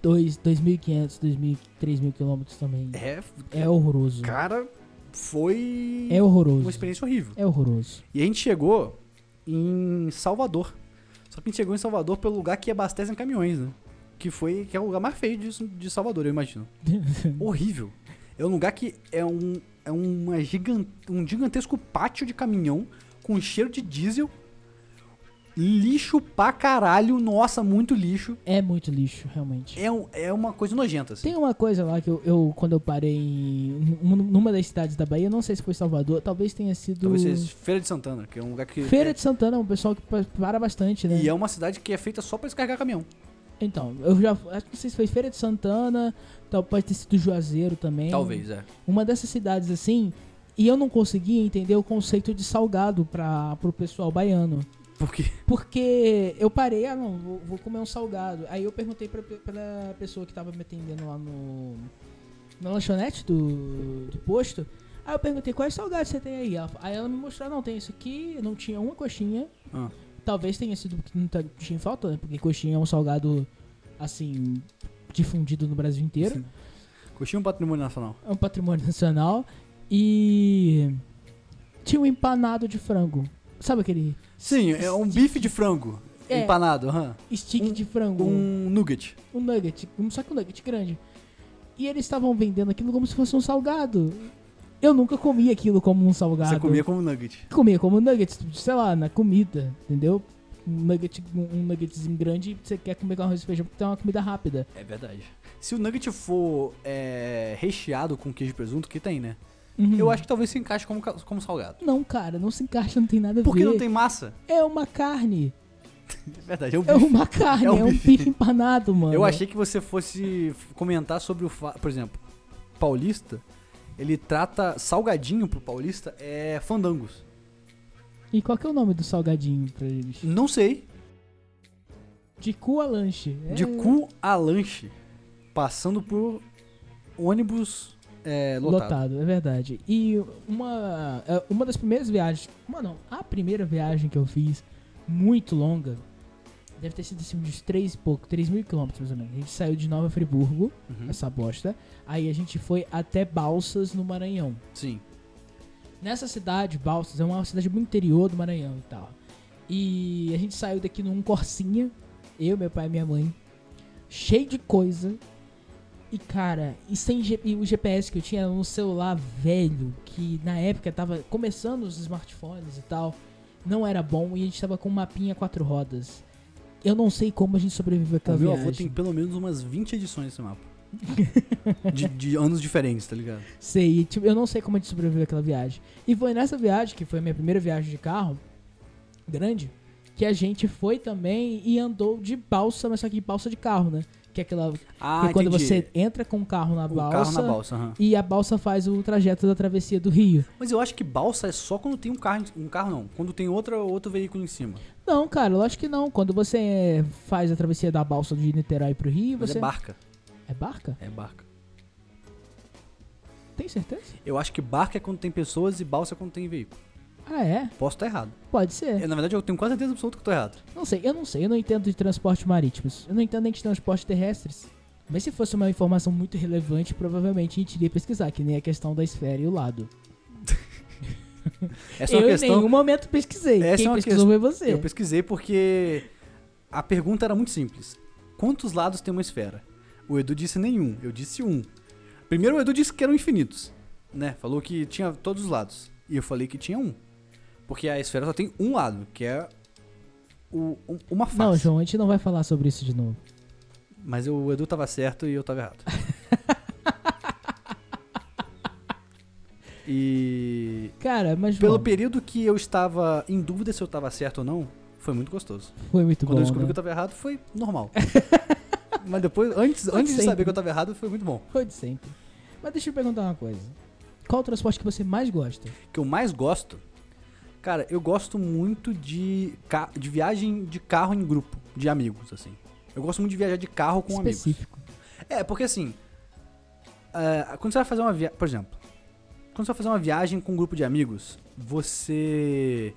dois- 2.500, 2.000, 3.000 quilômetros também.
é.
É, horroroso.
Cara, um foi.
É horroroso.
Uma experiência horrível.
É horroroso.
E a gente chegou em Salvador. Só que a gente chegou em Salvador pelo lugar que abastecem caminhões, né? Que foi que é o lugar mais feio disso- de Salvador, eu imagino. Horrível. É um lugar que é um é uma gigan- um gigantesco pátio de caminhão com cheiro de diesel. Lixo pra caralho, nossa, muito lixo.
É muito lixo, realmente.
É, um- é uma coisa nojenta, assim.
Tem um uma coisa lá que eu, eu, quando eu parei em, num- numa das cidades da Bahia, não sei se foi Salvador, talvez tenha sido.
Talvez seja Feira de Santana, que é um lugar que.
Feira
é,
de Santana é um pessoal que pa- para bastante, né?
E é uma cidade que é feita só pra descarregar caminhão.
Então, eu já. Acho que não sei se foi Feira de Santana, tal, pode ter sido Juazeiro também.
Talvez, é.
Uma dessas cidades assim. E eu não conseguia entender o conceito de salgado para pro pessoal baiano.
Porque.
Porque eu parei, ah não, vou, vou comer um salgado. Aí eu perguntei pra, pra pessoa que tava me atendendo lá no. Na lanchonete do, do posto. Aí eu perguntei, é quais salgados você tem aí? Ela fa- aí ela me mostrou, "Ah, não, tem isso aqui, não tinha uma coxinha.
Ah.
Talvez tenha sido porque não tá- tinha falta, né? Porque coxinha é um salgado, assim, difundido no Brasil inteiro.
Coxinha é um patrimônio nacional.
É um patrimônio nacional. E. Tinha um empanado de frango. Sabe aquele
Sim, é um bife de frango
É.
empanado, aham.
stick
Um-
de frango?
um nugget.
um nugget, um- só que um nugget grande. E eles estavam vendendo aquilo como se fosse um salgado. Eu nunca comi aquilo como um salgado. um
Você comia como nugget.
Comia como nuggets, sei lá, na comida, entendeu? nugget, um nuggetzinho grande e você quer comer com arroz e feijão porque é uma comida rápida.
É verdade. Se o nugget for é, recheado com queijo e presunto, que tem, né?
Uhum.
Eu acho que talvez se encaixe como, ca- como salgado.
Não, cara, não se encaixa, não tem nada a
Por que
ver.
não tem massa?
É uma carne.
É verdade, é um
É
bife.
uma carne, é
É
um,
um
bife. empanado, mano.
Eu achei que você fosse f- comentar sobre o fato. Por exemplo, paulista, ele trata salgadinho pro paulista é fandangos.
E qual que é o nome do salgadinho pra eles?
Não sei.
De cu a lanche. É-
De cu a lanche. Passando por ônibus é, lotado.
Lotado, é verdade. E uma, é, uma das primeiras viagens, uma não, a primeira viagem que eu fiz, muito longa, deve ter sido assim, uns 3 e pouco, 3 mil quilômetros mais ou menos. A gente saiu de Nova Friburgo,
Uhum.
essa bosta, aí a gente foi até Balsas, no Maranhão.
Sim.
Nessa cidade, Balsas, é uma cidade muito interior do Maranhão e tal. E a gente saiu daqui num Corsinha, eu, meu pai e minha mãe, cheio de coisa. E cara, e sem G- e o GPS que eu tinha era um celular velho, que na época tava começando os smartphones e tal, não era bom e a gente tava com um mapinha quatro rodas. Eu não sei como a gente sobreviveu
O
àquela
meu
viagem.
avô tem pelo menos umas 20 edições desse mapa. de, de anos diferentes, tá ligado?
Sei, tipo, eu não sei como a gente sobreviveu àquela viagem. E foi nessa viagem, que foi a minha primeira viagem de carro, grande, que a gente foi também e andou de balsa, mas só que balsa de carro, né? Que é aquela. que
Ah,
é quando
entendi.
você entra com o carro na
o
balsa.
carro na balsa. aham.
E a balsa faz o trajeto da travessia do rio.
Mas eu acho que balsa é só quando tem um carro, em- um carro não, quando tem outra, outro veículo em cima.
Não, cara, lógico que não. Quando você é, faz a travessia da balsa de Niterói pro rio,
Mas
você.
é barca,
É barca?
é barca.
Tem certeza?
Eu acho que barca é quando tem pessoas e balsa é quando tem veículo.
Ah, é?
Posso estar errado.
Pode ser.
Eu, na verdade, eu tenho quase certeza absoluta que eu tô errado.
Não sei, eu não sei, eu não entendo de transporte marítimos. Eu não entendo nem de transporte terrestres. Mas se fosse uma informação muito relevante, provavelmente a gente iria pesquisar, que nem a questão da esfera e o lado.
Essa é
eu
uma
em
questão.
nenhum momento pesquisei.
Essa
Quem
é uma
pesquisou foi você.
Eu pesquisei porque a pergunta era muito simples. Quantos lados tem uma esfera? O Edu disse nenhum, eu disse um. Primeiro o Edu disse que eram infinitos, né? Falou que tinha todos os lados. E eu falei que tinha um. Porque a esfera só tem um lado, que é o- um- uma face.
Não, João, a gente não vai falar sobre isso de novo.
Mas o Edu tava certo e eu tava errado. e
Cara, mas João,
pelo período que eu estava em dúvida se eu tava certo ou não, foi muito gostoso.
foi muito
Quando
bom.
eu descobri
né?
que eu tava errado, foi normal. Mas depois, antes,
Pode
antes de
ser,
saber
né?
que eu tava errado, foi muito bom.
Foi de sempre. Mas deixa eu perguntar uma coisa. Qual o transporte que você mais gosta?
O que eu mais gosto, cara, eu gosto muito de, ca- de viagem de carro em grupo, de amigos, assim. Eu gosto muito de viajar de carro com amigos.
Específico.
É, porque assim. ah, quando você vai fazer uma viagem. Por exemplo, quando você vai fazer uma viagem com um grupo de amigos, você.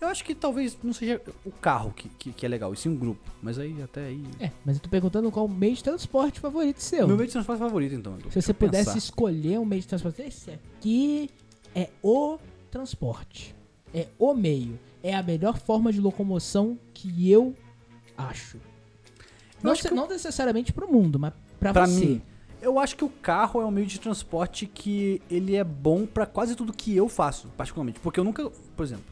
Eu acho que talvez não seja o carro que, que, que é legal, e sim um grupo. Mas aí até aí.
É, mas eu tô perguntando qual o meio de transporte favorito seu.
Meu meio de transporte favorito, então. Edu.
Se você
Deixa eu pensar.
pudesse escolher um meio de transporte, esse aqui é o transporte. É o meio. É a melhor forma de locomoção que eu acho. Não,
acho
se-
que eu-
não necessariamente pro mundo, mas pra,
Pra
você.
mim, eu acho que o carro é um meio de transporte que ele é bom pra quase tudo que eu faço, particularmente. Porque eu nunca, por exemplo,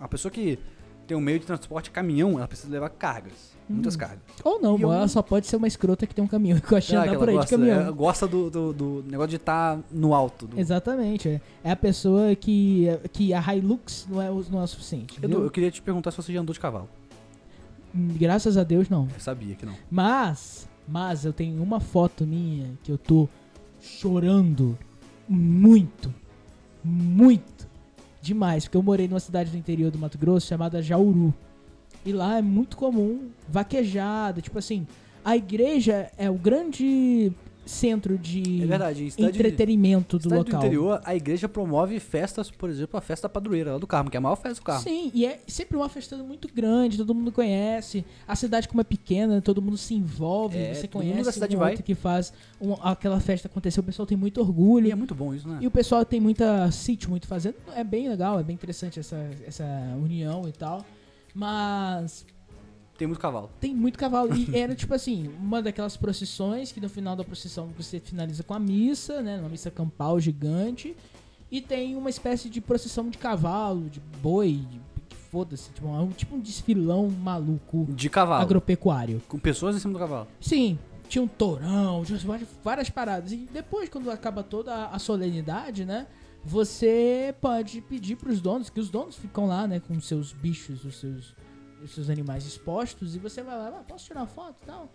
a pessoa que tem um meio de transporte caminhão, ela precisa levar cargas,
Hum.
muitas cargas.
Ou não,
E
mano,
eu
ela
não-
só pode ser uma escrota que tem um caminhão que gosta de
Será que
andar por aí de
gosta, é
caminhão.
ela gosta do, do, do negócio de estar no alto. do-
Exatamente. É. É a pessoa que, que a Hilux não é, o- não é o suficiente.
Edu,
entendeu?
eu queria te perguntar se você já andou de cavalo.
Graças a Deus, não.
Eu sabia que não.
Mas, mas eu tenho uma foto minha que eu tô chorando muito, muito demais, porque eu morei numa cidade do interior do Mato Grosso chamada Jauru. E lá é muito comum vaquejada, tipo assim, a igreja é o grande centro de
É verdade, em cidade,
entretenimento do
cidade
local.
do interior, a igreja promove festas, por exemplo, a festa padroeira lá do Carmo, que é a maior festa do Carmo.
Sim, e é sempre uma festa muito grande, todo mundo conhece. A cidade, como é pequena, todo mundo se envolve,
É,
você
todo mundo
conhece
da cidade
um
vai.
outro que faz um- aquela festa acontecer. O pessoal tem
E
muito
é
orgulho.
muito bom isso, né?
E o pessoal tem muita sítio, muito fazendo. É bem legal, é bem interessante essa, essa união e tal. Mas
Tem muito cavalo.
tem muito cavalo. E era tipo assim, uma daquelas procissões que no final da procissão você finaliza com a missa, né? Uma missa campal gigante. E tem uma espécie de procissão de cavalo, de boi, de foda-se. Tipo, é um, tipo um desfilão maluco
De cavalo.
agropecuário.
Com pessoas em cima do cavalo.
Sim, tinha um tourão, tinha várias- várias paradas. E depois, quando acaba toda a- a solenidade, né? Você pode pedir pros donos, que os donos ficam lá, né? Com seus bichos, os seus, os seus animais expostos. E você vai lá, ah, posso tirar foto e tal?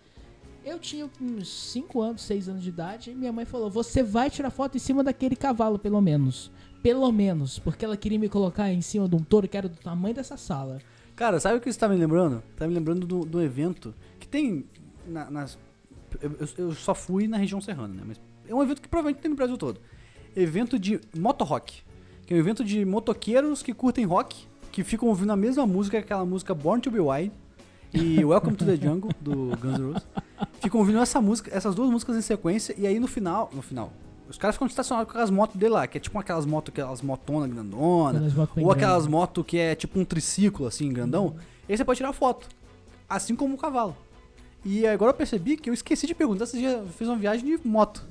Eu tinha uns 5 anos, 6 anos de idade. E minha mãe falou, você vai tirar foto em cima daquele cavalo, pelo menos. Pelo menos, porque ela queria me colocar em cima de um touro que era do tamanho dessa sala.
Cara, sabe o que isso tá me lembrando? Tá me lembrando do, do evento que tem na- nas. Eu, eu- eu só fui na região serrana, né? Mas é um evento que provavelmente tem no Brasil todo. Evento de motorock. Que é um evento de motoqueiros que curtem rock, que ficam ouvindo a mesma música, aquela música Born to Be Wild e Welcome to the Jungle, do Guns N' Roses. Ficam ouvindo essa música, essas duas músicas em sequência, e aí no final. No final. Os caras ficam estacionados com aquelas motos dele lá, que é tipo aquelas motos, aquelas motonas grandona,
Aquelas motos bem
ou
grandes.
aquelas moto que é tipo um triciclo, assim, grandão, e aí você pode tirar foto. Assim como o cavalo. E agora eu percebi que eu esqueci de perguntar se já fez uma viagem de moto.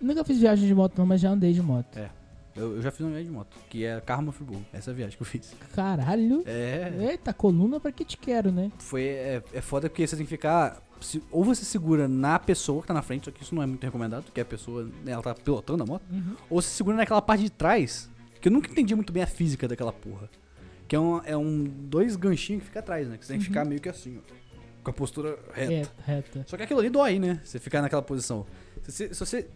Nunca fiz viagem de moto, não, mas já andei de moto.
É. Eu, eu já fiz uma viagem de moto, que é Carmo Friburgo. Essa é a viagem que eu fiz.
Caralho!
É.
Eita, coluna pra que te quero, né?
Foi, é, é foda porque você tem que ficar. se- ou você segura na pessoa que tá na frente, só que isso não é muito recomendado, porque a pessoa né, ela tá pilotando a moto. Ou você segura naquela parte de trás, que eu nunca entendi muito bem a física daquela porra. Que é um, é um dois ganchinhos que fica atrás, né? Que você tem que ficar meio que assim, ó. Com a postura reta.
Uhum. É, reta.
Só que aquilo ali dói, né? Você ficar naquela posição. Se você, se você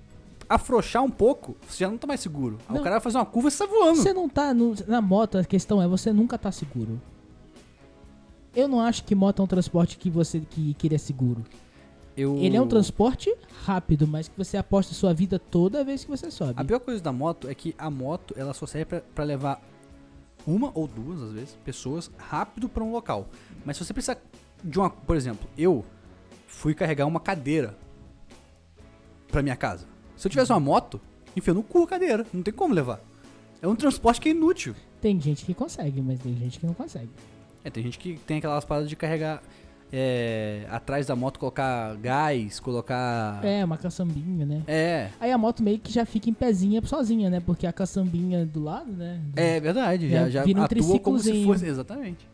afrouxar um pouco, você já não tá mais seguro. Aí
Não.
o cara vai fazer uma curva e você tá voando.
Você não tá no- na moto, a questão é, você nunca tá seguro. Eu não acho que moto é um transporte que você que, que ele é seguro.
Eu-
Ele é um transporte rápido, mas que você aposta sua vida toda vez que você sobe.
A pior coisa da moto é que a moto ela só serve pra- pra levar uma ou duas, às vezes, pessoas rápido pra um local. Mas se você precisar de uma. Por exemplo, eu fui carregar uma cadeira pra minha casa. Se eu tivesse uma moto, enfia no cu a cadeira. Não tem como levar. É um transporte que é inútil.
Tem gente que consegue, mas tem gente que não consegue.
É, tem gente que tem aquelas paradas de carregar é, atrás da moto, colocar gás, colocar.
É, uma caçambinha, né?
É,
Aí a moto meio que já fica em pezinha sozinha, né? Porque a caçambinha do lado, né? Do-
é verdade.
É,
Já, já
vira um
atua como se
triciclozinho.
fosse. Exatamente.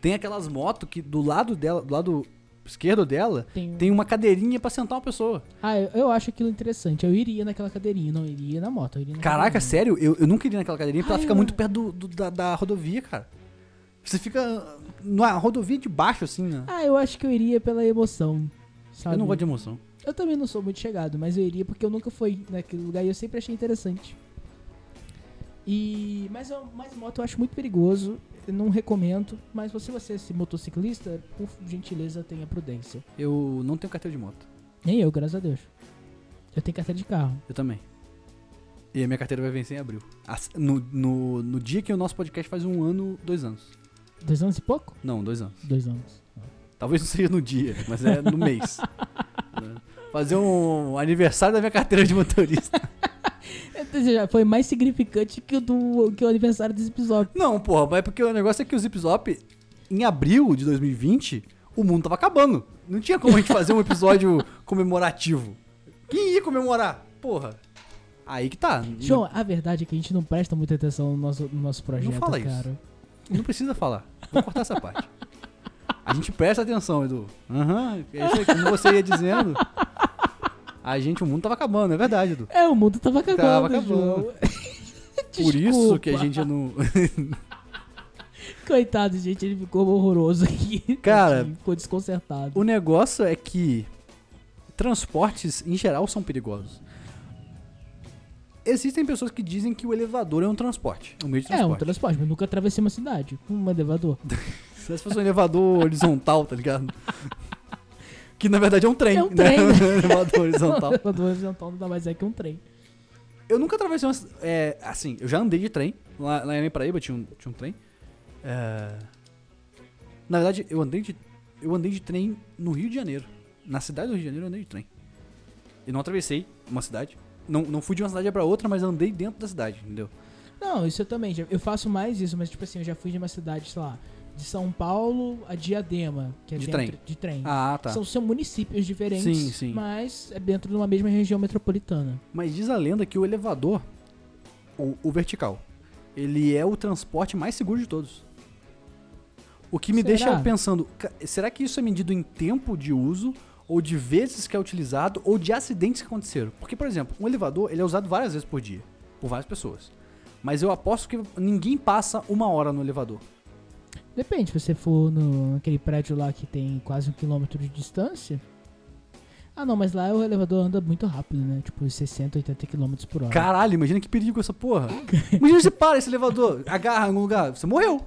Tem aquelas motos que do lado dela, do lado esquerdo dela,
Tem um-
tem uma cadeirinha pra sentar uma pessoa.
Ah, eu, eu acho aquilo interessante. Eu iria naquela cadeirinha, não iria na moto. Eu iria na
Caraca,
cadeirinha.
sério, eu, eu nunca iria naquela cadeirinha porque
Uhum. Ai,
ela fica
eu-
muito perto do- do- da, da rodovia, cara. Você fica na rodovia de baixo, assim, né?
Ah, eu acho que eu iria pela emoção. Sabe?
Eu não gosto de emoção.
Eu também não sou muito chegado, mas eu iria porque eu nunca fui naquele lugar e eu sempre achei interessante. E mas, eu, mas moto eu acho muito perigoso, eu não recomendo. Mas se você é motociclista, por gentileza tenha prudência.
Eu não tenho carteira de moto.
Nem eu, graças a Deus. Eu tenho carteira de carro.
Eu também. E a minha carteira vai vencer em abril. As- No, no, no dia que o nosso podcast faz um ano, dois anos.
Dois anos e pouco?
Não, dois anos.
Dois anos.
Talvez não seja no dia, mas é no mês. Né? Fazer um aniversário da minha carteira de motorista.
Ou seja, Foi mais significante que o, do, que o aniversário desse episódio.
Não, porra, mas é porque o negócio é que o Zip Zop, em abril de 2020, o mundo tava acabando. Não tinha como a gente fazer um episódio comemorativo. Quem ia comemorar? Porra. Aí que tá.
João, a verdade é que a gente não presta muita atenção no nosso, no nosso projeto,
fala isso.
cara.
Não precisa falar. Vou cortar essa parte. A gente presta atenção, Edu. Aham, é isso aí, como você ia dizendo. A gente, o mundo tava acabando, é verdade, Edu.
É, o mundo tava acabando,
Tava
João.
acabando. Por isso que a
Desculpa.
gente não.
Coitado, gente, ele ficou horroroso aqui.
Cara-
Tadinho, ficou desconcertado.
o negócio é que transportes em geral são perigosos. Existem pessoas que dizem que o elevador é um transporte, um meio de
É, um
transporte.
transporte, mas nunca atravessei uma cidade com um elevador.
Se fosse um elevador horizontal, tá ligado? Que na verdade é um trem,
É um trem.
né? elevador
Um
horizontal.
elevador horizontal não dá mais é que um trem.
Eu nunca atravessei uma. ci- É, assim, eu já andei de trem. Lá, lá em Paraíba tinha um, tinha um trem. É, na verdade, eu andei, de, eu andei de trem no Rio de Janeiro. Na cidade do Rio de Janeiro eu andei de trem. E não atravessei uma cidade. Não, não fui de uma cidade pra outra, mas andei dentro da cidade, entendeu?
Não, isso eu também. já- eu faço mais isso, mas tipo assim, eu já fui de uma cidade, sei lá, de São Paulo a Diadema, que é
De
dentro
trem.
de trem.
Ah, tá.
São, são municípios diferentes,
Sim, sim.
mas é dentro de uma mesma região metropolitana.
Mas diz a lenda que o elevador, o, o vertical, ele é o transporte mais seguro de todos. O que me
Será?
deixa pensando, ca- será que isso é medido em tempo de uso, ou de vezes que é utilizado, ou de acidentes que aconteceram? Porque, por exemplo, um elevador ele é usado várias vezes por dia, por várias pessoas. Mas eu aposto que ninguém passa uma hora no elevador.
Depende, se você for no, naquele prédio lá que tem quase um quilômetro de distância. Ah não, mas lá o elevador anda muito rápido, né? Tipo, 60, 80 km por hora.
Caralho, imagina que perigo essa porra. Imagina você para esse elevador, agarra em algum lugar, você morreu.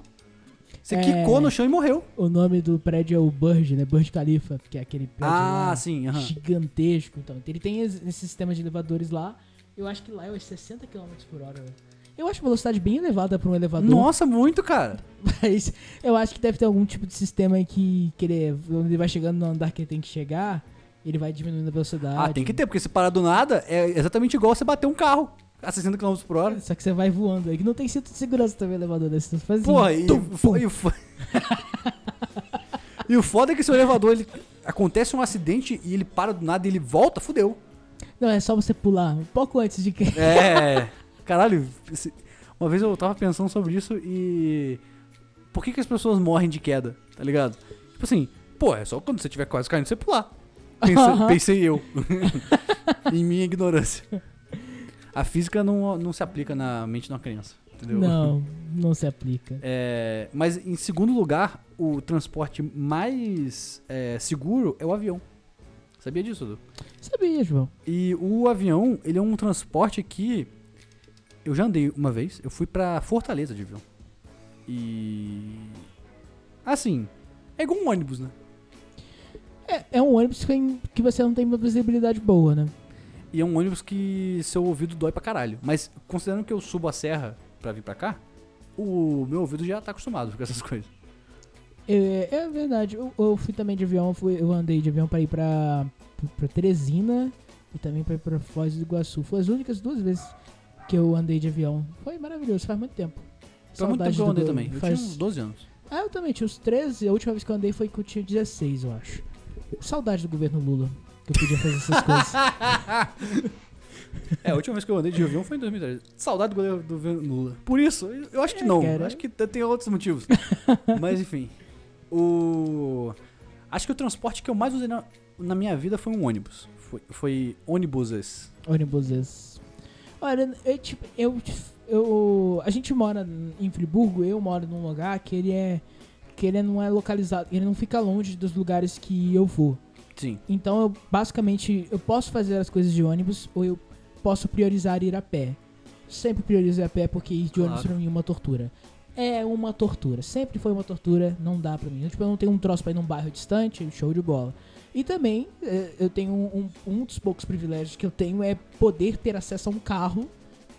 Você
É.
quicou no chão e morreu.
O nome do prédio é o Burj, né? Burj Khalifa, que é aquele prédio
Ah,
lá
sim, aham.
gigantesco. Então, ele tem es- esse sistema de elevadores lá. Eu acho que lá é os 60 km por hora. velho. Eu acho velocidade bem elevada pra um elevador.
Nossa, muito, cara.
Mas eu acho que deve ter algum tipo de sistema aí que, que ele, quando ele vai chegando no andar que ele tem que chegar, ele vai diminuindo a velocidade.
Ah, tem que ter, porque se parar do nada, é exatamente igual você bater um carro a 60 km por hora.
Só que você vai voando aí. que Não tem cinto de segurança também, elevador desse. Então, você faz assim,
Porra, e,
tum,
o fo- e o fo- E o foda é que seu elevador, ele acontece um acidente e ele para do nada e ele volta, fudeu.
Não, é só você pular um pouco antes de que.
É. Caralho, esse- uma vez eu tava pensando sobre isso e. Por que, que as pessoas morrem de queda, tá ligado? Tipo assim, pô, é só quando você tiver quase caindo você pular. Pensa-
Aham.
Pensei eu. em minha ignorância. A física não, não se aplica na mente de uma criança, entendeu?
Não, não se aplica.
É, mas em segundo lugar, o transporte mais é, seguro é o avião. Sabia disso, Edu?
Sabia, João.
E o avião, ele é um transporte que eu já andei uma vez, eu fui pra Fortaleza de avião. E assim, é igual um ônibus, né?
É, é um ônibus que, tem- que você não tem uma visibilidade boa, né?
E é um ônibus que seu ouvido dói pra caralho. Mas considerando que eu subo a serra pra vir pra cá, o meu ouvido já tá acostumado com essas coisas.
É, é verdade. Eu, eu fui também de avião, eu fui, eu andei de avião pra ir pra, pra Teresina e também pra ir pra Foz do Iguaçu. Foi as únicas duas vezes que eu andei de avião. Foi maravilhoso, faz muito tempo.
Foi muito tempo
Saudade
que eu
do
andei
Gol-
também. Eu
faz-
tinha uns 12 anos.
Ah, eu também tinha uns 13. A última vez que eu andei foi que eu tinha 16, eu acho. Saudade do governo Lula, que eu podia fazer essas coisas.
É, a última vez que eu andei de avião foi em 2013. Saudade do goleiro do governo Lula. Por isso, eu- eu acho que
É,
não.
cara.
Eu acho que te- tem outros motivos. Mas enfim. O. Acho que o transporte que eu mais usei na, na minha vida foi um ônibus. Foi, foi ônibuses.
ônibuses. Olha, eu, tipo, eu, eu, a gente mora em Friburgo, eu moro num lugar que ele é que ele não é localizado, ele não fica longe dos lugares que eu vou.
Sim.
Então eu basicamente eu posso fazer as coisas de ônibus ou eu posso priorizar ir a pé. Sempre priorizo ir a pé porque ir de ônibus
Claro.
pra mim é uma tortura. É uma tortura, sempre foi uma tortura, não dá pra mim. Eu, tipo, eu não tenho um troço pra ir num bairro distante, show de bola. E também eh, eu tenho um, um- um dos poucos privilégios que eu tenho é poder ter acesso a um carro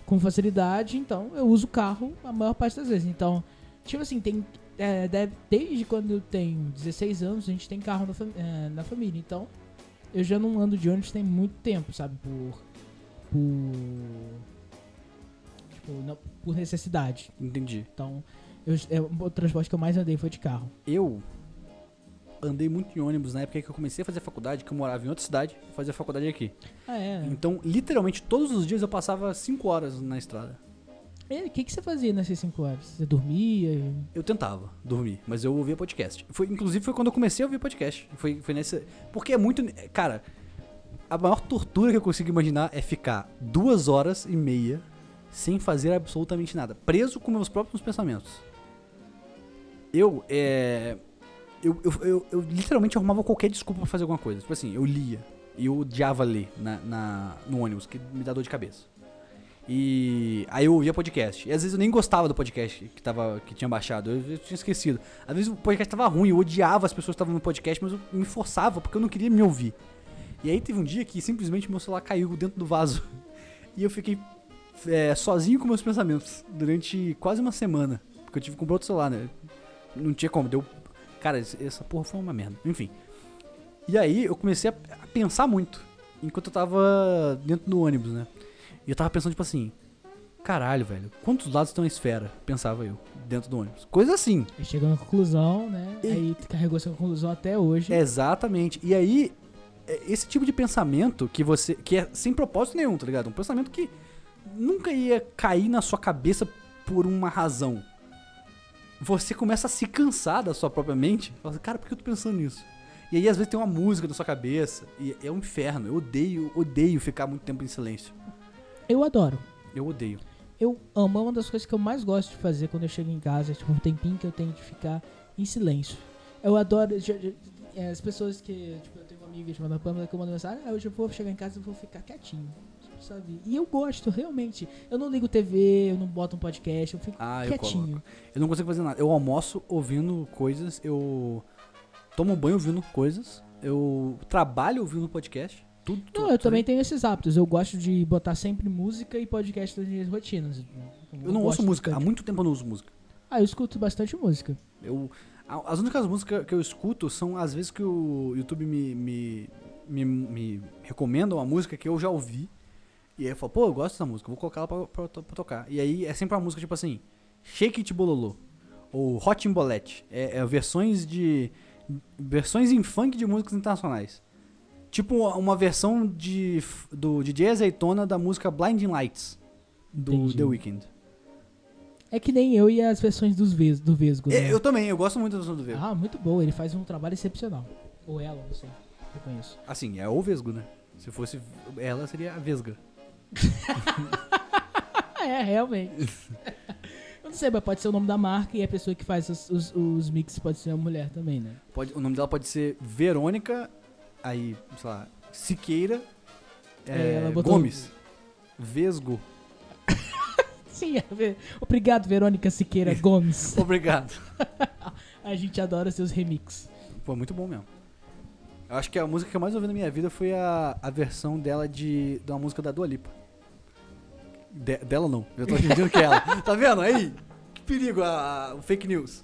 com facilidade, então eu uso o carro a maior parte das vezes. Então, tipo assim, tem é, deve- desde quando eu tenho 16 anos, a gente tem carro na, fam- é, na família. Então, eu já não ando de ônibus tem muito tempo, sabe? Por. Por. Tipo, não- por necessidade.
Entendi.
Então, eu, é, o transporte que eu mais andei foi de carro.
Eu andei muito em ônibus na época que eu comecei a fazer faculdade, que eu morava em outra cidade, e fazia faculdade aqui.
Ah, é.
Então, literalmente, todos os dias eu passava 5 horas na estrada.
E O que, que você fazia nessas 5 horas? Você dormia? e-
Eu tentava dormir, mas eu ouvia podcast. Foi, inclusive foi quando eu comecei a ouvir podcast. Foi, foi nessa. Porque é muito. Cara, a maior tortura que eu consigo imaginar é ficar duas horas e meia sem fazer absolutamente nada, preso com meus próprios pensamentos. Eu, é. Eu, eu, eu, eu literalmente arrumava qualquer desculpa pra fazer alguma coisa. Tipo assim, eu lia. E eu odiava ler na, na- no ônibus, que me dá dor de cabeça. E aí eu ouvia podcast. E às vezes eu nem gostava do podcast que, tava, que tinha baixado. Eu, eu tinha esquecido. Às vezes o podcast tava ruim, eu odiava as pessoas que estavam no podcast, mas eu me forçava porque eu não queria me ouvir. E aí teve um dia que simplesmente meu celular caiu dentro do vaso. E eu fiquei é, sozinho com meus pensamentos durante quase uma semana. Porque eu tive que comprar outro celular, né? Não tinha como, deu. Cara, esse- essa porra foi uma merda. Enfim. E aí eu comecei a a pensar muito enquanto eu tava dentro do ônibus, né? E eu tava pensando, tipo assim, caralho, velho, quantos lados tem uma esfera? Pensava eu, dentro do ônibus. Coisa assim.
Aí Chegou na conclusão, né?
E- É.
Aí tu carregou essa conclusão até hoje.
Exatamente. E aí, é- esse tipo de pensamento que você. que é sem propósito nenhum, tá ligado? Um pensamento que nunca ia cair na sua cabeça por uma razão. você começa a se cansar da sua própria mente. Fala assim, cara, por que eu tô pensando nisso? E aí, às vezes, tem uma música na sua cabeça. E é um inferno. Eu odeio, odeio ficar muito tempo em silêncio.
Eu adoro.
Eu odeio.
Eu amo. É uma das coisas que eu mais gosto de fazer quando eu chego em casa. É tipo um tempinho que eu tenho de ficar em silêncio. Eu adoro. já- já- é, as pessoas que. Tipo, eu tenho uma amiga chamada Pamela que eu mando mensagem. Ah, hoje eu vou chegar em casa e vou ficar quietinho. tipo, Sabe? E eu gosto, realmente. Eu não ligo TV, eu não boto um podcast, eu fico
Ah, eu
quietinho.
Eu não consigo fazer nada. Eu almoço ouvindo coisas, eu tomo banho ouvindo coisas, eu trabalho ouvindo podcast. Tudo. tudo,
Não, eu
tudo.
também tenho esses hábitos. Eu gosto de botar sempre música e podcast nas minhas rotinas.
Eu não
gosto
ouço música. Há
bastante.
muito tempo eu não uso música.
Ah, eu escuto bastante música.
Eu, a- as únicas músicas que eu escuto são as vezes que o YouTube me, me, me, me recomenda uma música que eu já ouvi. E aí eu falo, pô, eu gosto dessa música, vou colocar ela pra, pra, to- pra tocar. E aí é sempre uma música tipo assim, Shake It Bololô, ou Hot Imbolete. É, é versões de. Versões em funk de músicas internacionais. Tipo uma- uma versão de, f- do DJ Azeitona da música Blinding Lights, do
Entendi.
The Weeknd.
É que nem eu e as versões dos Ves, do Vesgo.
É,
né?
eu também, eu gosto muito da versão do Vevo.
Ah, muito boa. Ele faz um trabalho excepcional. Ou ela, não sei. Eu conheço.
Assim, é o Vesgo, né? Se fosse ela, seria a Vesga.
Ah, é, realmente. eu não sei, mas pode ser o nome da marca e a pessoa que faz os, os, os mix pode ser uma mulher também, né?
Pode, o nome dela pode ser Verônica, aí, sei lá, Siqueira
É,
é,
ela botou-
Gomes. Vesgo.
Sim, é ver- obrigado, Verônica Siqueira Gomes.
Obrigado.
A gente adora seus remix.
Pô, muito bom mesmo. Eu acho que a música que eu mais ouvi na minha vida foi a, a versão dela de, de uma música da Dua Lipa. De- dela não, já tô admitindo que é ela. Tá vendo aí? Que perigo a, o fake news.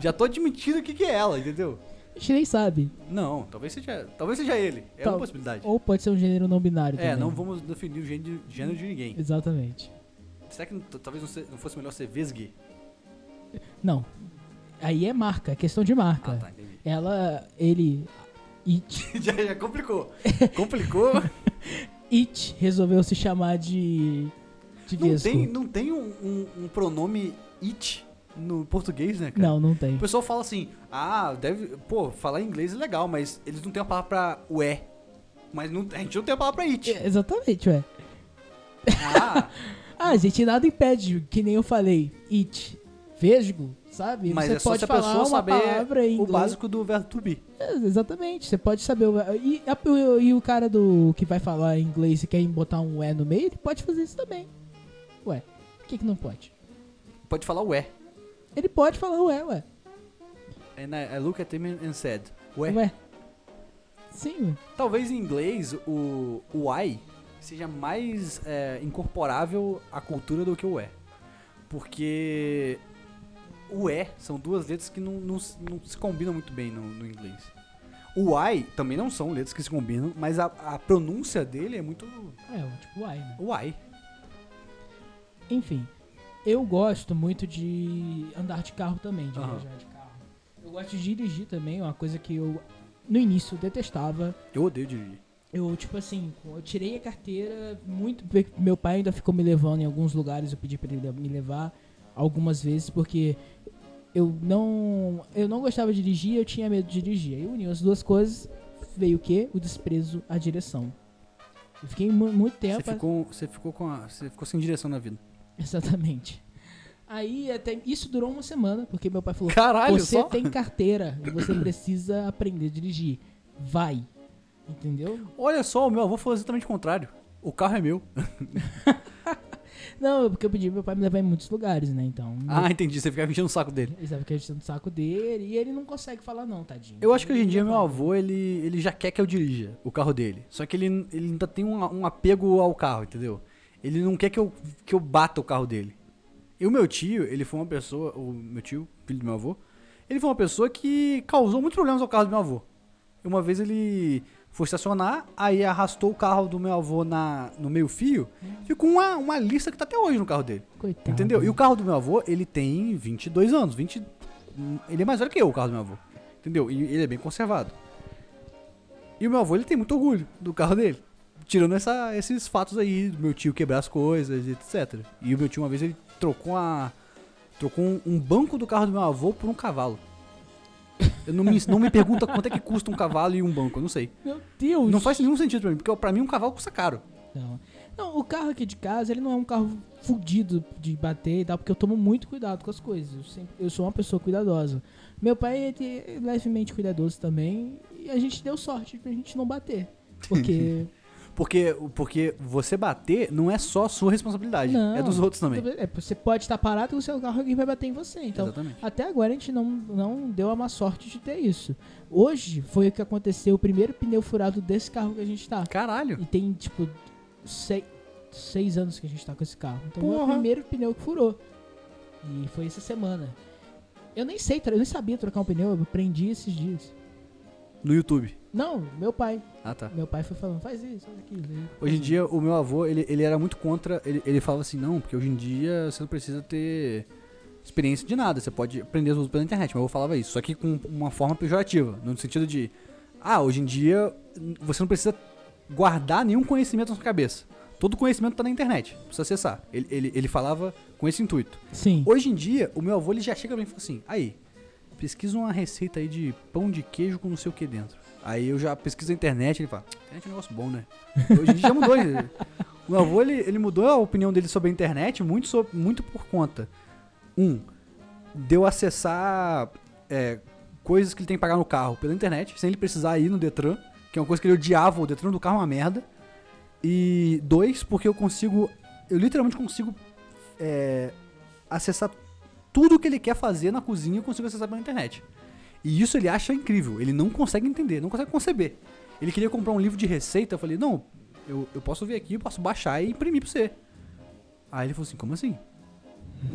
Já tô admitindo que, que é ela, entendeu?
A gente nem sabe.
Não, talvez seja, talvez seja ele. É
Tal-
uma possibilidade.
Ou pode ser um gênero não binário
É,
também.
não vamos definir o gênero de, gênero de ninguém.
Exatamente.
Será que não- t- talvez não, se- não fosse melhor ser vesgue?
Não. Aí é marca, é questão de marca.
Ah, tá, entendi.
Ela, ele, It,
já, já complicou. Complicou.
It resolveu se chamar de de
não
Vesgo.
tem, não tem um, um- um pronome it no português, né, cara?
Não, não tem.
O pessoal fala assim, ah, deve. Pô, falar inglês é legal, mas eles não têm a palavra pra ué. Mas não, a gente não tem a palavra pra it.
É, Exatamente, ué.
Ah,
Ah, gente, nada impede, que nem eu falei, it, vesgo, sabe?
mas
você
é só
pode
se a
falar
pessoa
uma palavra em
saber o
inglês.
básico do verbo to be.
É, exatamente, você pode saber. o- E, a- o- e o cara do que vai falar em inglês e quer botar um é no meio, ele pode fazer isso também. Ué, por que, que não pode?
Pode falar ué.
Ele pode falar ué, ué.
And I, I look at him and said, ué.
Ué. Sim, ué.
Talvez em inglês o, o I seja mais é, incorporável à cultura do que o E. Porque o E são duas letras que não, não, se- não se combinam muito bem no, no inglês. O I também não são letras que se combinam, mas a, a pronúncia dele é muito
É, tipo uai, né?
o I.
Enfim, eu gosto muito de andar de carro também, de
Aham.
viajar de carro. Eu gosto de dirigir também, é uma coisa que eu no início detestava.
Eu odeio dirigir.
Eu, tipo assim, eu tirei a carteira muito. Meu pai ainda ficou me levando em alguns lugares, eu pedi pra ele me levar algumas vezes, porque eu não. Eu não gostava de dirigir, eu tinha medo de dirigir. Aí uniu as duas coisas, veio o quê? O desprezo à direção. Eu fiquei mu- muito tempo.
Você ficou, você, ficou com a- você ficou sem direção na vida.
Exatamente. Aí até isso durou uma semana, porque meu pai falou:
Caralho,
"Você
só?
tem carteira e você precisa aprender a dirigir. Vai." Entendeu?
Olha só, o meu avô falou exatamente o contrário. O carro é meu.
Não, é porque eu pedi pro meu pai me levar em muitos lugares, né? Então.
Ah, entendi. Você ficava enchendo o saco dele.
Ele sabe que a gente tá no saco dele e ele não consegue falar não, tadinho.
Eu acho que hoje em dia
Ele
meu
fala.
avô, ele, ele já quer que eu dirija o carro dele. Só que ele, ele ainda tem um, um apego ao carro, entendeu? Ele não quer que eu, que eu bata o carro dele. E o meu tio, ele foi uma pessoa, o meu tio, filho do meu avô, ele foi uma pessoa que causou muitos problemas ao carro do meu avô. E Uma vez ele foi estacionar, aí arrastou o carro do meu avô na, no meio fio, ficou uma, uma lista que tá até hoje no carro dele.
Coitado.
Entendeu? E o carro do meu avô, ele tem 22 anos. 20... Ele é mais velho que eu, o carro do meu avô. Entendeu? E ele é bem conservado. E o meu avô, ele tem muito orgulho do carro dele. Tirando essa- esses fatos aí, do meu tio quebrar as coisas, etc. E o meu tio, uma vez, ele trocou a, Trocou um, um banco do carro do meu avô por um cavalo. Eu não, me, não me pergunta quanto é que custa um cavalo e um banco, eu não sei.
Meu Deus!
Não faz nenhum sentido pra mim, porque pra mim um cavalo custa caro.
Não. Não, o carro aqui de casa, ele não é um carro fudido de bater e tal, porque eu tomo muito cuidado com as coisas. Eu, sempre- eu sou uma pessoa cuidadosa. Meu pai ele é levemente cuidadoso também, e a gente deu sorte pra gente não bater. Porque.
Porque, porque você bater não é só sua responsabilidade,
não,
é dos outros também.
É, você pode estar parado com o seu carro e alguém vai bater em você. Então,
Exatamente.
Até agora a gente não, não deu a má sorte de ter isso. Hoje foi o que aconteceu, o primeiro pneu furado desse carro que a gente tá.
Caralho.
E tem, tipo, sei- seis anos que a gente tá com esse carro. Então foi o
Porra.
primeiro pneu que furou. E foi essa semana. Eu nem sei, tro- eu nem sabia trocar um pneu, eu aprendi esses dias.
No YouTube.
Não, meu pai.
Ah, tá.
Meu pai foi falando, faz isso, faz aquilo. E-
Hoje em dia, o meu avô, ele, ele era muito contra. Ele, ele falava assim: não, porque hoje em dia você não precisa ter experiência de nada, você pode aprender as músicas pela internet. Meu avô falava isso, só que com uma forma pejorativa, no sentido de: ah, hoje em dia n- você não precisa guardar nenhum conhecimento na sua cabeça. Todo conhecimento tá na internet, precisa acessar. Ele, ele, ele falava com esse intuito.
Sim.
Hoje em dia, o meu avô ele já chega pra mim e fala assim: aí, pesquisa uma receita aí de pão de queijo com não sei o que dentro. Aí eu já pesquiso na internet, ele fala: internet é um negócio bom, né? Hoje em dia já mudou. né? o meu avô ele, ele mudou a opinião dele sobre a internet muito, so- muito por conta. Um, deu acessar é, coisas que ele tem que pagar no carro pela internet, sem ele precisar ir no Detran, que é uma coisa que ele odiava, o Detran do carro é uma merda. E dois, porque eu consigo, eu literalmente consigo é, acessar tudo que ele quer fazer na cozinha, eu consigo acessar pela internet. E isso ele acha incrível, ele não consegue entender, não consegue conceber. Ele queria comprar um livro de receita, eu falei, não, eu, eu posso vir aqui, eu posso baixar e imprimir pra você. Aí ele falou assim, como assim?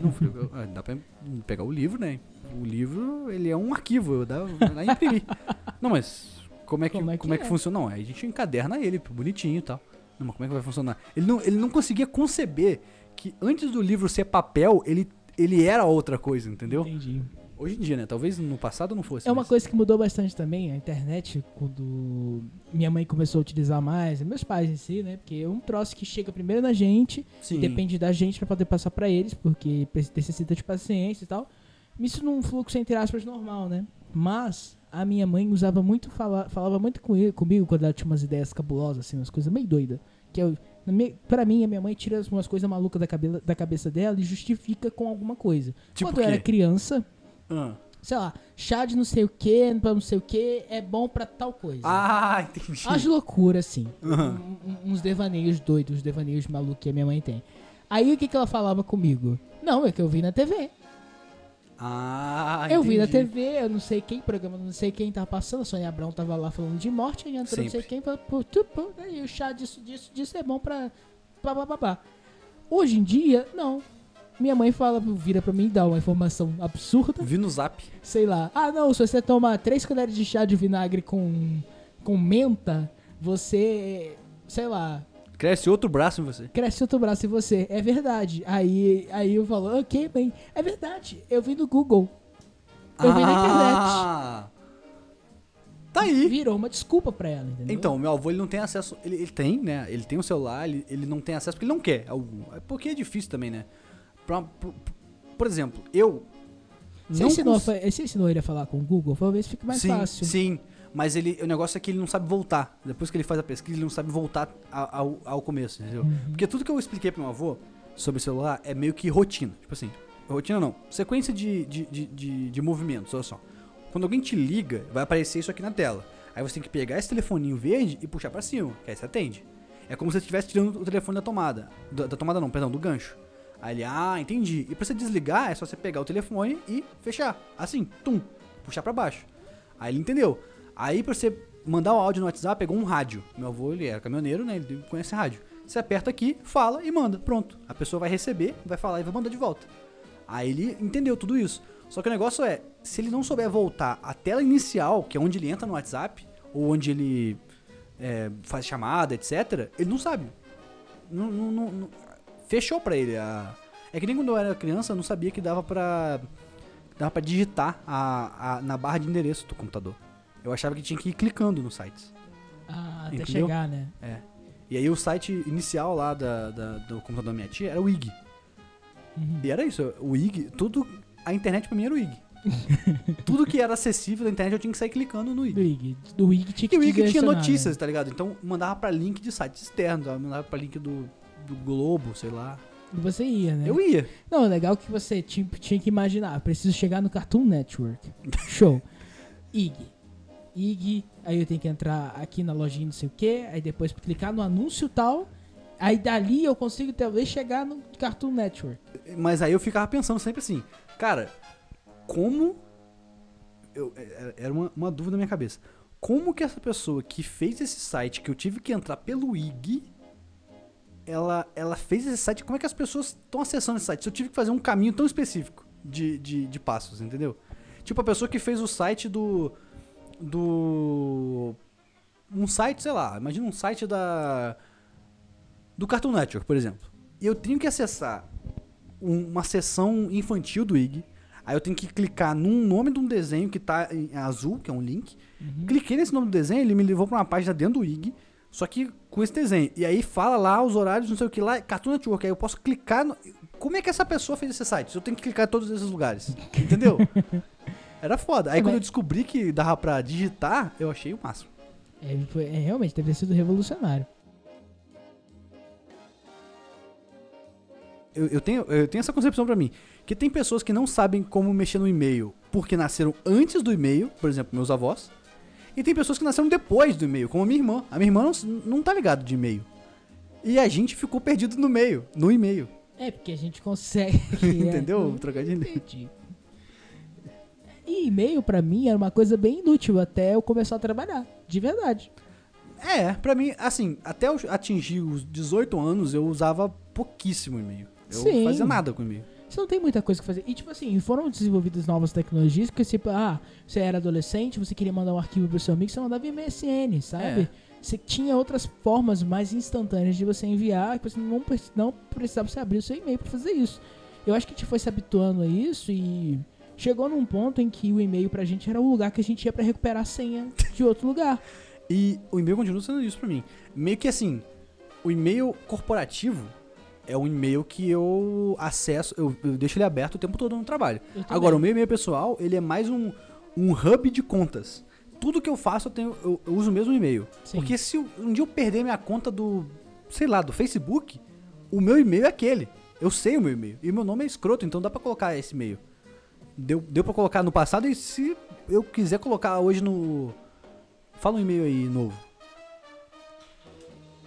Não, filho, eu- ah, dá pra pegar o livro, né? O livro, ele é um arquivo, eu dá, dá e imprimir. Não, mas como é que, como é que, funciona? Não, aí a gente encaderna ele, bonitinho e tal. Não, mas como é que vai funcionar? Ele não, ele não conseguia conceber que antes do livro ser papel, ele, ele era outra coisa, entendeu?
Entendi.
Hoje em dia, né? Talvez no passado não fosse.
É uma
mas-
coisa que mudou bastante também, a internet, quando minha mãe começou a utilizar mais, meus pais em si, né? Porque é um troço que chega primeiro na gente,
Sim.
depende da gente pra poder passar pra eles, porque pre- necessita de paciência e tal. Isso num fluxo, entre aspas, normal, né? Mas a minha mãe usava muito, fala, falava muito com ele- comigo quando ela tinha umas ideias cabulosas, assim, umas coisas meio doidas. Que eu, na minha- pra mim, a minha mãe tira umas coisas malucas da, cabela- da cabeça dela e justifica com alguma coisa.
Tipo
quando eu era
quê?
criança,
Ah.
sei lá, chá de não sei o que, pra não sei o que, é bom pra tal coisa.
Ah, entendi.
As loucuras, assim.
Aham.
Um- um- uns devaneios doidos, uns devaneios malucos que a minha mãe tem. Aí o que, que ela falava comigo? Não, é que eu vi na TV.
Ah,
eu vi na
entendi.
TV, eu não sei quem, programa não sei quem tava passando, a Sônia Abrão tava lá falando de morte, aí entrou não sei
Sempre.
quem, falou, pô, tu, pô, aí o chá disso, disso, disso é bom pra blá, blá, blá, blá. Hoje em dia, não. Minha mãe fala, vira pra mim e dá uma informação absurda.
Vi no zap.
sei lá. Ah, não, se você toma três colheres de chá de vinagre com, com menta, você, sei lá,
Cresce outro braço em você.
cresce outro braço em você. É verdade. Aí, aí eu falo, ok, bem, é verdade. Eu vi no Google. Eu vi na internet.
ah. Tá aí.
Virou uma desculpa pra ela, entendeu?
Então, meu avô ele não tem acesso. Ele, ele tem, né? Ele tem o celular, ele, ele não tem acesso porque ele não quer. Algum. É Porque é difícil também, né? Pra- por, por exemplo, eu.
você, ensinou,
cons-
a fa- você ensinou ele a falar com o Google? Talvez fique mais
sim,
fácil.
Sim, mas ele, o negócio é que ele não sabe voltar. Depois que ele faz a pesquisa, ele não sabe voltar a- ao, ao começo, entendeu?
Uhum.
Porque tudo que eu expliquei pro meu avô sobre celular é meio que rotina. Tipo assim, rotina não, sequência de, de, de, de, de movimentos, olha só. Quando alguém te liga, vai aparecer isso aqui na tela. Aí você tem que pegar esse telefoninho verde e puxar pra cima, que aí você atende. É como se você estivesse tirando o telefone da tomada. Da, da tomada não, perdão, do gancho. Aí ele, ah, entendi. E pra você desligar, é só você pegar o telefone e fechar. Assim, tum, puxar pra baixo. Aí ele entendeu. Aí pra você mandar o áudio no WhatsApp, pegou um rádio. Meu avô, ele era caminhoneiro, né? Ele conhece rádio. Você aperta aqui, fala e manda. Pronto. A pessoa vai receber, vai falar e vai mandar de volta. Aí ele entendeu tudo isso. Só que o negócio é, se ele não souber voltar à tela inicial, que é onde ele entra no WhatsApp, ou onde ele é, faz chamada, etc., ele não sabe. Não- não- não- não- fechou pra ele. a- É que nem quando eu era criança, eu não sabia que dava pra dava pra digitar a, a- na barra de endereço do computador. Eu achava que tinha que ir clicando nos sites.
Ah, até
Entendeu?
chegar, né?
É. E aí o site inicial lá da, da- do computador da minha tia era o IG.
Uhum.
E era isso, o IG, tudo. A internet pra mim era o IG. tudo que era acessível na internet eu tinha que sair clicando no
Do
IG.
IG. Do IG tinha que
E o IG tinha
direcionar,
notícias,
né?
tá ligado? Então mandava pra link de sites externos, mandava pra link do, do Globo, sei lá.
E você ia, né?
Eu ia.
Não, o legal é que você tinha, tinha que imaginar. Preciso chegar no Cartoon Network. Show. IG. IG. Aí eu tenho que entrar aqui na lojinha não sei o que. Aí depois clicar no anúncio tal. Aí dali eu consigo talvez chegar no Cartoon Network.
Mas aí eu ficava pensando sempre assim, cara, como. Eu, era- era uma, uma dúvida na minha cabeça. Como que essa pessoa que fez esse site, que eu tive que entrar pelo IG, ela, ela fez esse site? Como é que as pessoas estão acessando esse site? Se eu tive que fazer um caminho tão específico de, de, de passos, entendeu? Tipo, a pessoa que fez o site do. Do. Um site, sei lá, imagina um site da. Do Cartoon Network, por exemplo. E eu tenho que acessar um- uma sessão infantil do IG. Aí eu tenho que clicar num nome de um desenho que tá em azul, que é um link.
Uhum.
Cliquei nesse nome do desenho, ele me levou pra uma página dentro do IG, só que com esse desenho. E aí fala lá os horários, não sei o que lá, Cartoon Network. Aí eu posso clicar no... Como é que essa pessoa fez esse site? Eu tenho que clicar em todos esses lugares. Entendeu? Era foda. Aí
É,
quando
mas-
eu descobri que dava pra digitar, eu achei o máximo.
É, foi- é, realmente deve ter sido revolucionário.
Eu, eu tenho, eu tenho essa concepção pra mim. Que tem pessoas que não sabem como mexer no e-mail porque nasceram antes do e-mail, por exemplo, meus avós. E tem pessoas que nasceram depois do e-mail, como a minha irmã. A minha irmã não, não tá ligada de e-mail. E a gente ficou perdido no meio, no e-mail.
É, porque a gente consegue.
Entendeu?
É,
Trocadilho.
Entendi. E e-mail pra mim era uma coisa bem inútil até eu começar a trabalhar, de verdade.
É, pra mim, assim, até eu atingir os 18 anos, eu usava pouquíssimo e-mail. Eu
Sim.
fazia nada com e-mail.
Você não tem muita coisa que fazer. E tipo assim, foram desenvolvidas novas tecnologias porque tipo, ah, você era adolescente, você queria mandar um arquivo pro seu amigo, você mandava em MSN, sabe?
É.
Você tinha outras formas mais instantâneas de você enviar, que você não, pre- não precisava você abrir o seu e-mail pra fazer isso. Eu acho que a gente foi se habituando a isso e chegou num ponto em que o e-mail pra gente era o lugar que a gente ia pra recuperar a senha de outro lugar.
E o e-mail continua sendo isso pra mim. Meio que assim, o e-mail corporativo é um e-mail que eu acesso, eu, eu deixo ele aberto o tempo todo no trabalho.
Eu também.
Agora, o meu e-mail pessoal, ele é mais um, um hub de contas. Tudo que eu faço, eu, tenho, eu, eu uso o mesmo e-mail.
Sim.
Porque se eu- um dia eu perder minha conta do, sei lá, do Facebook, o meu e-mail é aquele. Eu sei o meu e-mail. E meu nome é escroto, então dá pra colocar esse e-mail. Deu, deu pra colocar no passado e se eu quiser colocar hoje no... Fala um e-mail aí novo.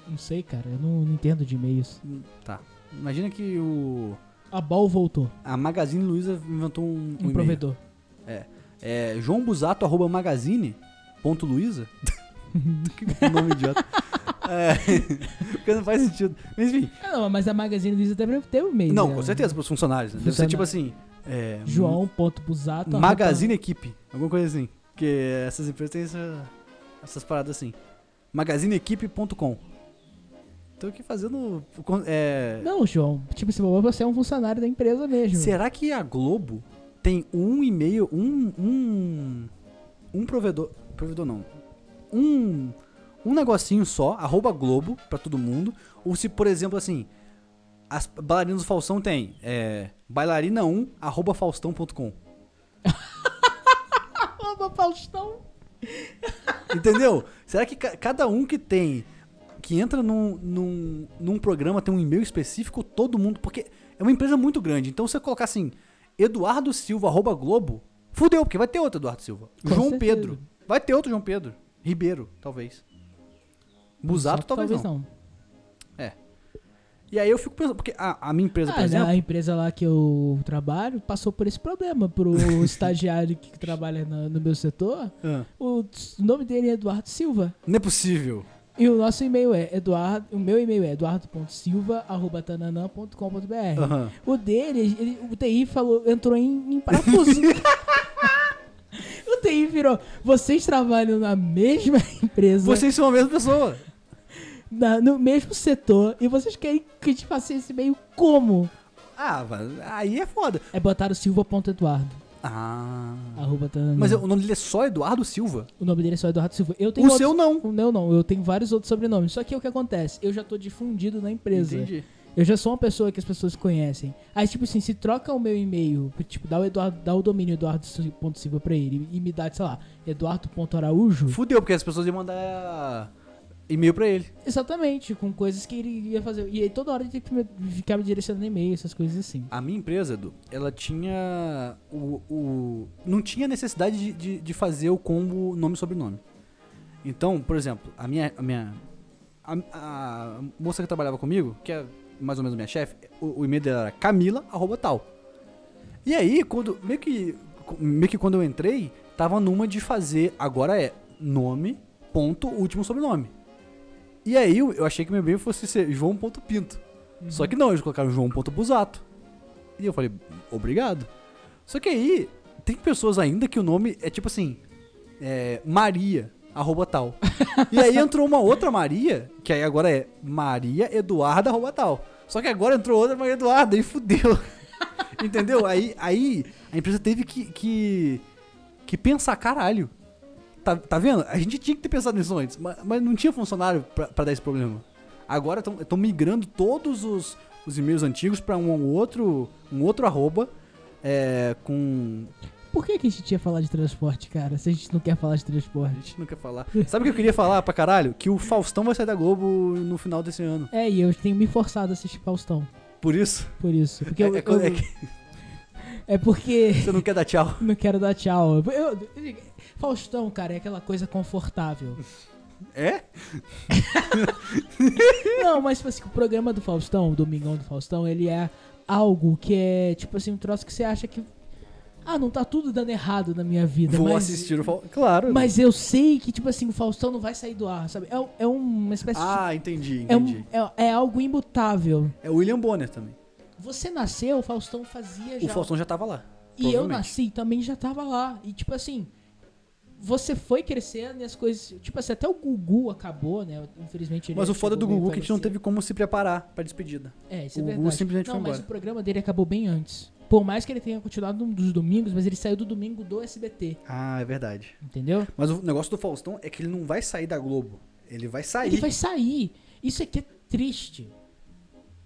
Não sei, cara, eu não, não entendo de e-mails.
Hum, Tá. Imagina que o.
A Ball voltou,
A Magazine Luiza inventou um,
um
e-mail.
provedor.
É joãobusato.magazine.luiza. que nome idiota. É, porque não faz sentido. Mas enfim.
Ah, não, mas a Magazine Luiza deve ter um e-mail.
Não,
né?
com certeza, pros funcionários. Né? Deve ser tipo assim. É,
João.busato.
Magazine Equipe. Alguma coisa assim. Porque essas empresas têm essa- essas paradas assim. Magazineequipe.com. Tô aqui fazendo. É,
Não, João. Tipo, se bobear, você é um funcionário da empresa mesmo.
Será que a Globo tem um e-mail, um, um, um provedor, provedor não, um, um negocinho só, arroba Globo pra todo mundo, ou se, por exemplo, assim, as bailarinas do Faustão tem é, bailarina1, arroba faustão.com,
Arroba Faustão.
entendeu? Será que ca- cada um que tem, que entra num, num, num programa tem um e-mail específico, todo mundo, porque é uma empresa muito grande, então se você colocar assim, Eduardo Silva, arroba Globo, fudeu, porque vai ter outro Eduardo Silva.
Com
João
certeza.
Pedro. Vai ter outro João Pedro. Ribeiro, talvez. Busato, talvez, não. E aí eu fico pensando, porque a, a minha empresa, por
Ah,
exemplo,
a empresa lá que eu trabalho passou por esse problema. Pro estagiário que trabalha na- no meu setor,
ah,
o s- nome dele é Eduardo Silva.
não é possível.
E o nosso e-mail é Eduardo. O meu e-mail é eduardo.silva.tananã.com.br.
Aham.
O dele, ele- o TI falou, entrou em, em parafuso. o TI virou. Vocês trabalham na mesma empresa,
Vocês são a mesma pessoa.
na- no mesmo setor, e vocês querem que a gente faça esse meio como?
Ah, mas aí é foda.
É botar o silva.eduardo.
Ah.
Arroba tananã.
Mas o nome dele é só Eduardo Silva?
O nome dele é só Eduardo Silva. Hum. Eu
O
tenho outros-
seu não.
O meu não, eu tenho vários outros sobrenomes. Só que o que acontece? Eu já tô difundido na empresa.
Entendi.
Eu já sou uma pessoa que as pessoas conhecem. Aí, tipo assim, se troca o meu e-mail, tipo, dá o, Eduardo, dá o domínio eduardo.silva pra ele e me dá, sei lá, eduardo.araújo.
Fudeu, porque as pessoas iam mandar e-mail pra ele.
Exatamente, com coisas que ele ia fazer. E aí toda hora ele tem que me- ficar me direcionando e-mail, essas coisas assim.
A minha empresa, Edu, ela tinha o... o- não tinha necessidade de, de- de fazer o combo nome e sobrenome. Então, por exemplo, a minha... A, minha, a, a moça que trabalhava comigo, que é mais ou menos minha chefe, o, o e-mail dela era camila, arroba tal. E aí, quando... Meio que, meio que quando eu entrei, tava numa de fazer... Agora é nome, ponto, último sobrenome. E aí, eu eu achei que meu e-mail fosse ser João ponto Pinto. Só que não, eles colocaram João ponto Busato. E eu falei, obrigado. Só que aí, tem pessoas ainda que o nome é tipo assim, é, Maria, arroba tal. E aí entrou uma outra Maria, que aí agora é Maria Eduarda, arroba tal. Só que agora entrou outra Maria Eduarda e fudeu. Entendeu? Aí, aí a empresa teve que, que, que pensar, caralho. Tá, tá vendo? A gente tinha que ter pensado nisso antes, mas, mas não tinha funcionário pra, pra dar esse problema. Agora estão migrando todos os, os e-mails antigos pra um outro, um outro arroba é, com...
Por que, que a gente ia falar de transporte, cara? Se a gente não quer falar de
A
transporte.
gente não quer falar. Sabe o que eu queria falar pra caralho? Que o Faustão vai sair da Globo no final desse ano.
É, e eu tenho me forçado a assistir Faustão.
Por isso,
Por isso. Porque
É-
eu-
é quando-
eu-
é que-
é porque.
você não quer dar tchau.
Não quero dar tchau. Eu- eu- eu- Faustão, cara, é aquela coisa confortável.
É?
Não, mas tipo assim, o programa do Faustão, o Domingão do Faustão, ele é algo que é, tipo assim, um troço que você acha que. Ah, não tá tudo dando errado na minha vida.
Vou
mas,
assistir o Faustão. Claro.
Mas eu sei que, tipo assim, o Faustão não vai sair do ar, sabe? É, um- é uma espécie
Ah, entendi,
de. É, um-
entendi.
é, é algo imutável.
É o William Bonner também.
Você nasceu, o Faustão fazia já.
O Faustão já tava lá.
E eu
provavelmente.
nasci também já tava lá. E tipo assim, você foi crescendo e as coisas. Tipo assim, até o Gugu acabou, né? Infelizmente ele
Mas o foda
chegou
do
bem
Gugu é que a gente não
falecido.
teve como se preparar pra despedida.
É, isso é
o Gugu
verdade.
simplesmente
não,
foi
mas
embora.
o programa dele acabou bem antes. Por mais que ele tenha continuado um dos domingos, mas ele saiu do domingo do SBT,
Ah, é verdade.
entendeu?
Mas o negócio do Faustão é que ele não vai sair da Globo. Ele vai sair.
Ele vai sair. Isso aqui é triste.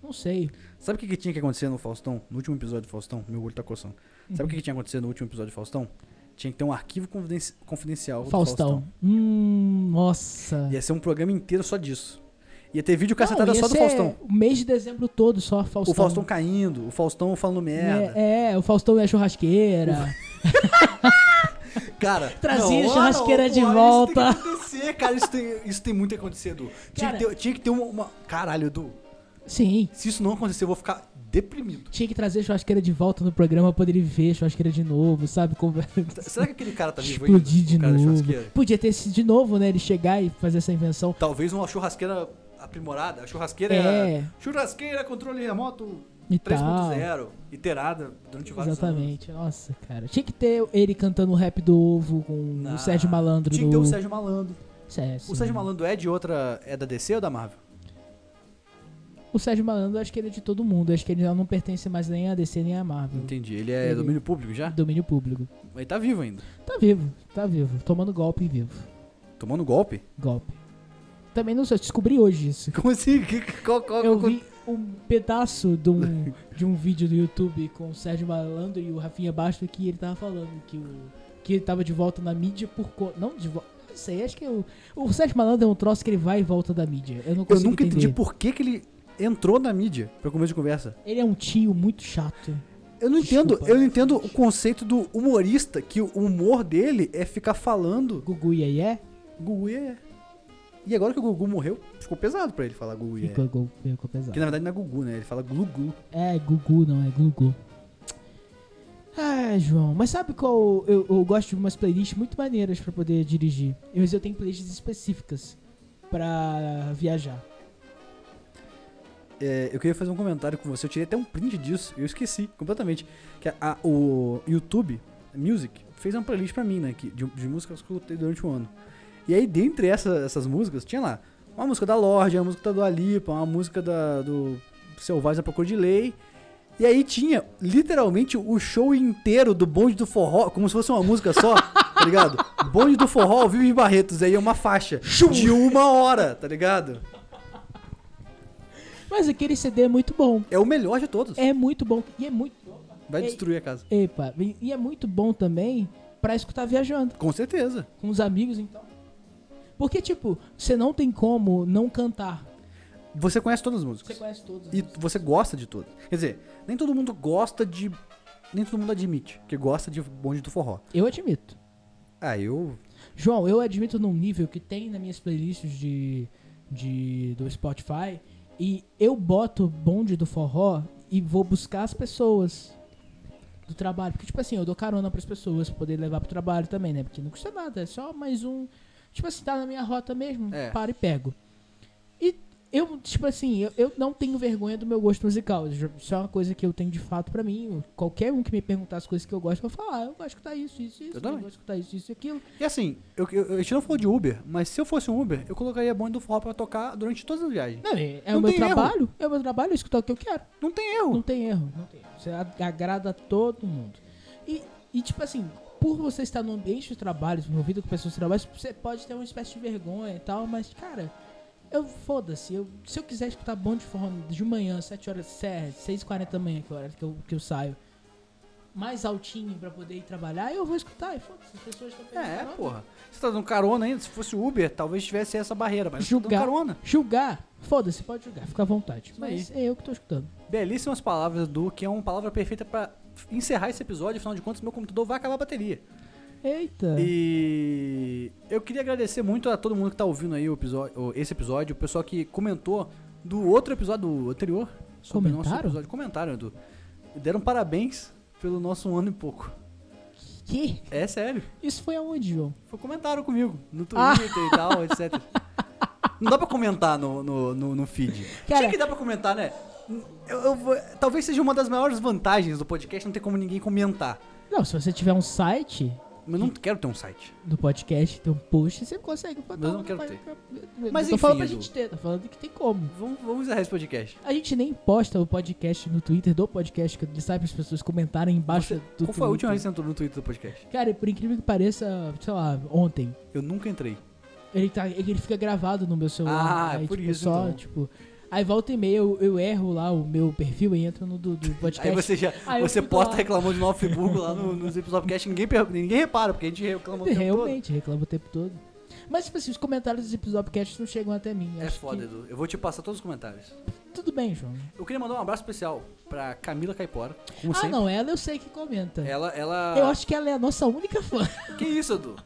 Não sei.
Sabe o que, que tinha que acontecer no Faustão? No último episódio do Faustão? Meu olho tá coçando.
Uhum.
Sabe o que, que tinha que acontecer no último episódio do Faustão? Tinha que ter um arquivo confidenci- confidencial do
Faustão.
Faustão.
Hum, nossa.
Ia ser um programa inteiro só disso. Ia ter vídeo
Não,
cacetada
ia
só do
ser
Faustão.
O mês de dezembro todo só Faustão.
O Faustão caindo, o Faustão falando merda.
É, é, o Faustão e a churrasqueira.
Cara,
é. Trazia
não,
a churrasqueira
hora,
de
hora,
volta.
Isso tem que acontecer, cara. Isso tem, isso tem muito acontecido. Tinha,
Cara.
que ter, tinha que ter uma, uma- Caralho, Edu.
Sim.
Se isso não acontecer, eu vou ficar deprimido.
Tinha que trazer a churrasqueira de volta no programa pra poder ver a churrasqueira de novo, sabe? Conver-
Tá- Será que aquele cara tá vivo ainda?
Explodir de
o cara da
novo.
churrasqueira?
Podia ter sido de novo, né? Ele chegar e fazer essa invenção.
Talvez uma churrasqueira aprimorada. A churrasqueira
É.
Churrasqueira, controle remoto
E tal.
3.0, iterada durante vários anos.
Exatamente. Nossa, cara. Tinha que ter ele cantando o rap do ovo com
Na-
o Sérgio Malandro.
Tinha que ter
no...
o Sérgio Malandro.
É,
O
sim.
Sérgio Malandro é de outra. É da DC ou da Marvel?
O Sérgio Malandro, eu acho que ele é de todo mundo. Eu Acho que ele já não pertence mais nem a DC nem a Marvel.
Entendi. Ele é
Hum. Ele-
domínio público já?
Domínio público.
Ele tá vivo ainda.
Tá vivo, tá vivo. Tomando golpe vivo.
Tomando golpe?
Golpe. Também não sei, eu descobri hoje isso.
Como assim? Que- Qual, qual,
Eu
qual-
vi um pedaço de um, de um vídeo do YouTube com o Sérgio Malandro e o Rafinha Basto que ele tava falando que, o, que ele tava de volta na mídia por conta. Não, de volta. Não sei, acho que o, o Sérgio Malandro é um troço que ele vai e volta da mídia. Eu não
Eu
consigo
nunca
entender.
entendi por que, que ele entrou na mídia pra começo de conversa.
Ele é um tio muito chato.
Eu não entendo,
Desculpa. né?
eu não entendo o conceito do humorista, que o humor dele é ficar falando
Gugu e aí é?
Gugu é. E agora que o Gugu morreu, ficou pesado pra ele falar Gugu é.
Ficou, ficou- ficou pesado.
Que na verdade não é Gugu, né? Ele fala Glugu.
É, Gugu não, é Gugu. Ah, João, mas sabe qual? Eu, eu gosto de umas playlists muito maneiras pra poder dirigir. Eu- Mas eu tenho playlists específicas pra viajar.
É, eu queria fazer um comentário com você. Eu tirei até um print disso. Eu esqueci completamente. Que a- a- o YouTube Music fez uma playlist pra mim, né? que- de, de músicas que eu escutei durante o ano. E aí, dentre essa- essas músicas, tinha lá uma música da Lorde, uma música da Dua Lipa, uma música da, do Selvagem à Procura de Lei. E aí tinha, literalmente, o show inteiro do Bonde do Forró, como se fosse uma música só, tá ligado? Bonde do Forró ao vivo em Barretos. Aí é uma faixa de uma hora, tá ligado?
Mas aquele CD é muito bom.
É o melhor de todos.
É muito bom. E é muito.
Vai destruir a casa.
Epa, e- e é muito bom também pra escutar viajando.
Com certeza.
Com os amigos, então. Porque, tipo, você não tem como não cantar.
Você conhece todas as
Você
músicas.
conhece todos.
E você gosta de todas. Quer dizer, nem todo mundo gosta de. Nem todo mundo admite que gosta de bonde do forró.
Eu admito.
Ah, eu.
João, eu admito num nível que tem nas minhas playlists de, de do Spotify e eu boto bonde do forró e vou buscar as pessoas do trabalho, porque tipo assim, eu dou carona pras pessoas pra poder levar pro trabalho também, né? Porque não custa nada, é só mais um, tipo assim, tá na minha rota mesmo,
É.
paro e pego. E eu, tipo assim, eu, eu não tenho vergonha do meu gosto musical. Isso é uma coisa que eu tenho de fato pra mim. Qualquer um que me perguntar as coisas que eu gosto, eu vou falar, ah, eu gosto de escutar isso, isso, isso, eu,
também.
gosto de escutar isso, isso, e aquilo.
E assim, eu, eu- a gente não falou de Uber, mas se eu fosse um Uber, eu colocaria bonde do forró pra tocar durante todas as viagens.
Não, é, é
Não
o meu
tem erro.
trabalho, é o meu trabalho eu escutar o que eu quero.
Não tem
Não
erro.
tem erro, não tem erro. Você a- agrada todo mundo. E, e tipo assim, por você estar no ambiente de trabalho, envolvido com pessoas de trabalho, você pode ter uma espécie de vergonha e tal, mas, cara, eu foda-se. Eu, se eu quiser escutar bom de forró de manhã, 7 horas, 6h40 da manhã, que é a hora que eu, que eu saio, mais altinho pra poder ir trabalhar, eu vou escutar. E foda-se, as pessoas estão
É, é, porra. Você tá dando carona ainda? Se fosse Uber, talvez tivesse essa barreira, mas você tá dando
Julgar.
carona.
Julgar, foda-se, pode julgar, fica à vontade. Mas é eu que tô escutando.
Belíssimas palavras do que é uma palavra perfeita pra encerrar esse episódio, afinal de contas, meu computador vai acabar a bateria.
Eita.
E eu queria agradecer muito a todo mundo que tá ouvindo aí o episódio, o- esse episódio, o pessoal que comentou do outro episódio do anterior sobre o nosso
Comentaram?
episódio. Comentaram, Edu. E Deram parabéns pelo nosso um ano e pouco.
Que?
É sério.
Isso foi aonde, João?
Foi comentaram comigo no Twitter e tal, etc. Não dá pra comentar no, no, no, no feed.
Cara-
Tinha que dar pra comentar, né? Eu, eu vou- talvez seja uma das maiores vantagens do podcast não ter como ninguém comentar.
Não, se você tiver um site
Mas eu não quero ter um site.
do podcast, tem um post, você consegue botar.
Mas eu não
um-
quero
vai-
ter.
vai-
Mas
tô falando pra
enfim, Edu.
gente ter, tô falando que tem como.
Vamos, vamos encerrar esse podcast.
A gente nem posta o podcast no Twitter do podcast, que ele sai para as pessoas comentarem embaixo
Você-
do
Qual foi a última
Twitter.
vez que você entrou no Twitter do podcast?
Cara, por incrível que pareça, sei lá, ontem.
Eu nunca entrei.
Ele, tá, ele fica gravado no meu celular.
Ah,
aí,
é por
tipo,
isso,
só,
então.
tipo. Aí volta e meia eu, eu erro lá o meu perfil e entro no do, do podcast.
Aí você já
Aí Ah, eu
você
fico
posta
lá.
reclamando de Nova Friburgo lá no, nos episódios do podcast, ninguém, per- ninguém repara, porque a gente reclama o tempo todo.
Realmente, reclama o tempo todo. Mas, tipo assim, os comentários dos episódios do podcast não chegam até mim.
É
Acho
foda,
que-
Edu. Eu vou te passar todos os comentários.
Tudo bem, João.
Eu queria mandar um abraço especial pra Camila Caipora, como
ah,
sempre.
não, ela eu sei que comenta.
Ela, ela...
Eu acho que ela é a nossa única fã.
Que isso, Edu?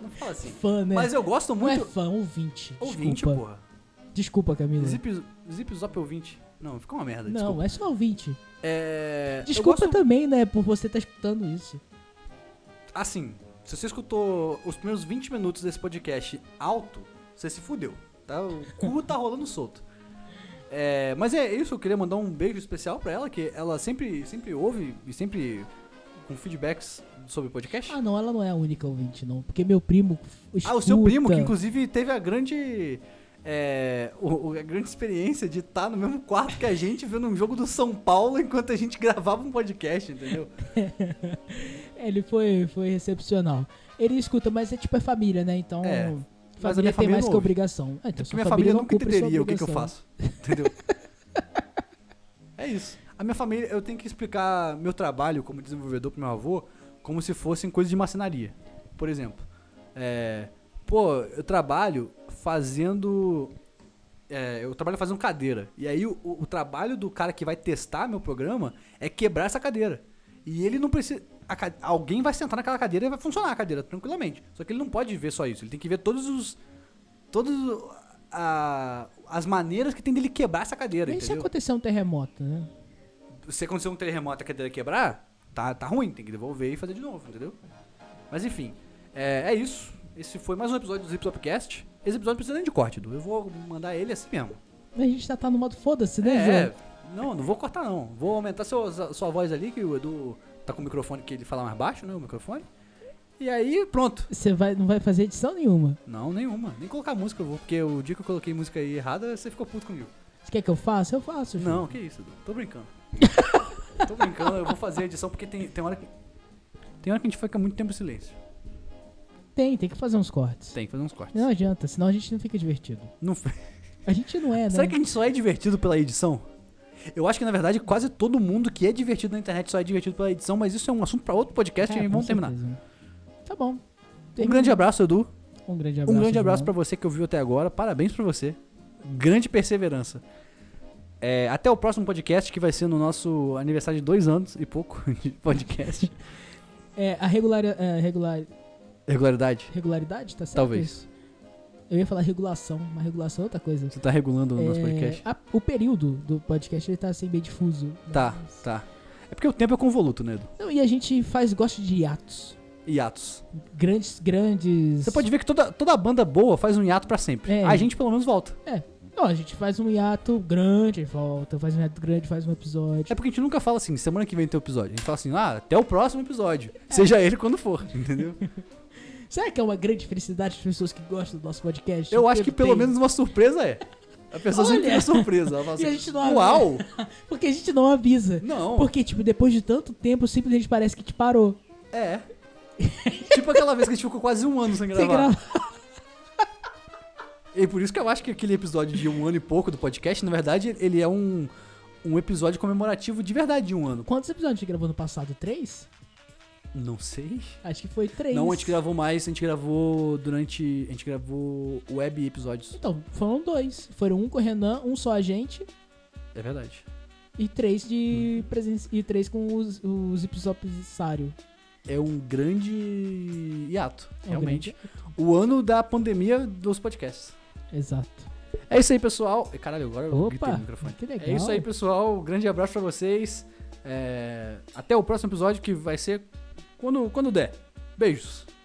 Não fala assim.
Fã, né?
Mas eu gosto
Não
muito...
é fã, ouvinte.
Ouvinte,
desculpa.
porra.
Desculpa, Camila.
Zip, zip Zop ouvinte. Não, ficou uma merda,
não,
desculpa.
é só ouvinte.
É... eu
Desculpa
gosto-
também, né, por você estar escutando isso.
Assim, se você escutou os primeiros 20 minutos desse podcast alto, você se fudeu, tá? O cu tá rolando solto. É, mas é isso, eu queria mandar um beijo especial pra ela, que ela sempre, sempre ouve e sempre com feedbacks sobre o podcast.
Ah, não, ela não é a única ouvinte, não. Porque meu primo.
Ah, o seu primo, que
escuta.
inclusive teve a grande. é, o- o- a grande experiência de estar no mesmo quarto que a gente vendo um jogo do São Paulo enquanto a gente gravava um podcast, entendeu?
Ele foi, foi excepcional. Ele escuta, mas é tipo é família, né? Então.
É, mas a minha
Família tem
família
mais
não
que
ouve.
obrigação. Ah, então
Porque
sua
minha família,
não
nunca
cumpre sua
entenderia o que, que eu
obrigação.
faço. Entendeu? é isso. A minha família, eu tenho que explicar meu trabalho como desenvolvedor pro meu avô como se fossem coisas de marcenaria. Por exemplo, é, pô, eu trabalho fazendo. é, eu trabalho fazendo cadeira. E aí o, o trabalho do cara que vai testar meu programa é quebrar essa cadeira. E ele não precisa. a ca- alguém vai sentar naquela cadeira e vai funcionar a cadeira tranquilamente. Só que ele não pode ver só isso. Ele tem que ver todos os todas o- a- as maneiras que tem dele quebrar essa cadeira,
E se
entendeu?
acontecer um terremoto, né?
Se acontecer um terremoto e a cadeira quebrar, tá, tá ruim, tem que devolver e fazer de novo, entendeu? Mas enfim, é, é isso. Esse foi mais um episódio do Zip Zopcast. Esse episódio precisa nem de corte, Edu. Eu vou mandar ele assim mesmo.
A gente já tá no modo foda-se, né,
É,
João?
não, não vou cortar não. Vou aumentar seu, sua voz ali, que o Edu tá com o microfone que ele fala mais baixo, né? O microfone. E aí, pronto.
Você vai, não vai fazer edição nenhuma.
Não, nenhuma. Nem colocar música eu vou, porque o dia que eu coloquei música aí errada, você ficou puto comigo.
Você quer que eu faça? Eu faço, João.
Não, que isso, Edu. Tô brincando. Tô brincando, eu vou fazer a edição porque tem, tem hora que. Tem hora que a gente fica muito tempo em silêncio.
Tem, tem que fazer uns cortes.
Tem que fazer uns cortes.
Não adianta, senão a gente não fica divertido.
Não fe-
A gente não é, né?
Será que a gente só é divertido pela edição? Eu acho que, na verdade, quase todo mundo que é divertido na internet só é divertido pela edição, mas isso é um assunto pra outro podcast
Cara,
e
É, com
vamos terminar.
certeza. Tá bom.
Um grande abraço, Edu.
Um grande abraço.
Um grande abraço pra
João.
você que ouviu até agora. Parabéns pra você. Grande perseverança. É, até o próximo podcast, que vai ser no nosso aniversário de dois anos e pouco de podcast.
É, a regular, é, regular,
Regularidade.
regularidade, tá certo?
Talvez.
isso? Eu ia falar regulação, mas regulação é outra coisa.
Você tá regulando o nosso
É,
podcast?
a- o período do podcast ele tá assim bem difuso. né?
Tá, tá. É porque o tempo é convoluto, né, Edu?
Não, e a gente faz gosto de hiatos.
Hiatos.
Grandes, grandes.
Você pode ver que toda, toda banda boa faz um hiato pra sempre.
É.
A gente pelo menos volta.
Não, a gente faz um hiato grande, aí volta, faz um hiato grande, faz um episódio.
É porque a gente nunca fala assim, semana que vem tem episódio. A gente fala assim, ah, até o próximo episódio.
É.
Seja ele quando for, entendeu?
Será que é uma grande felicidade das pessoas que gostam do nosso podcast?
Eu acho
Porque
que pelo
tem-
menos uma surpresa é. A pessoa sempre
Olha!
tem uma surpresa. Ela fala
E a
assim,
gente não
uau!
Porque a gente não avisa.
Não,
Porque, tipo, depois de tanto tempo, simplesmente parece que te parou.
é. tipo aquela vez que a gente ficou quase um ano sem
Você
gravar.
grava.
E por isso que eu acho que aquele episódio de um ano e pouco do podcast, na verdade, ele é um, um episódio comemorativo de verdade de um ano.
Quantos episódios a gente gravou no passado? Três?
Não sei.
Acho que foi três.
Não, a gente gravou mais, a gente gravou durante. A gente gravou web episódios.
Então, foram dois. Foram um com o Renan, um só a gente,
É verdade.
e três
Hum.
de presença. E três com os, os episódios.
É um grande hiato, realmente.
Um grande-
O ano da pandemia dos podcasts.
Exato.
É isso aí, pessoal. Caralho, agora eu gritei
Opa,
no microfone.
que legal.
É isso aí, pessoal. Grande abraço pra vocês. É, Até o próximo episódio, que vai ser quando, quando der. Beijos.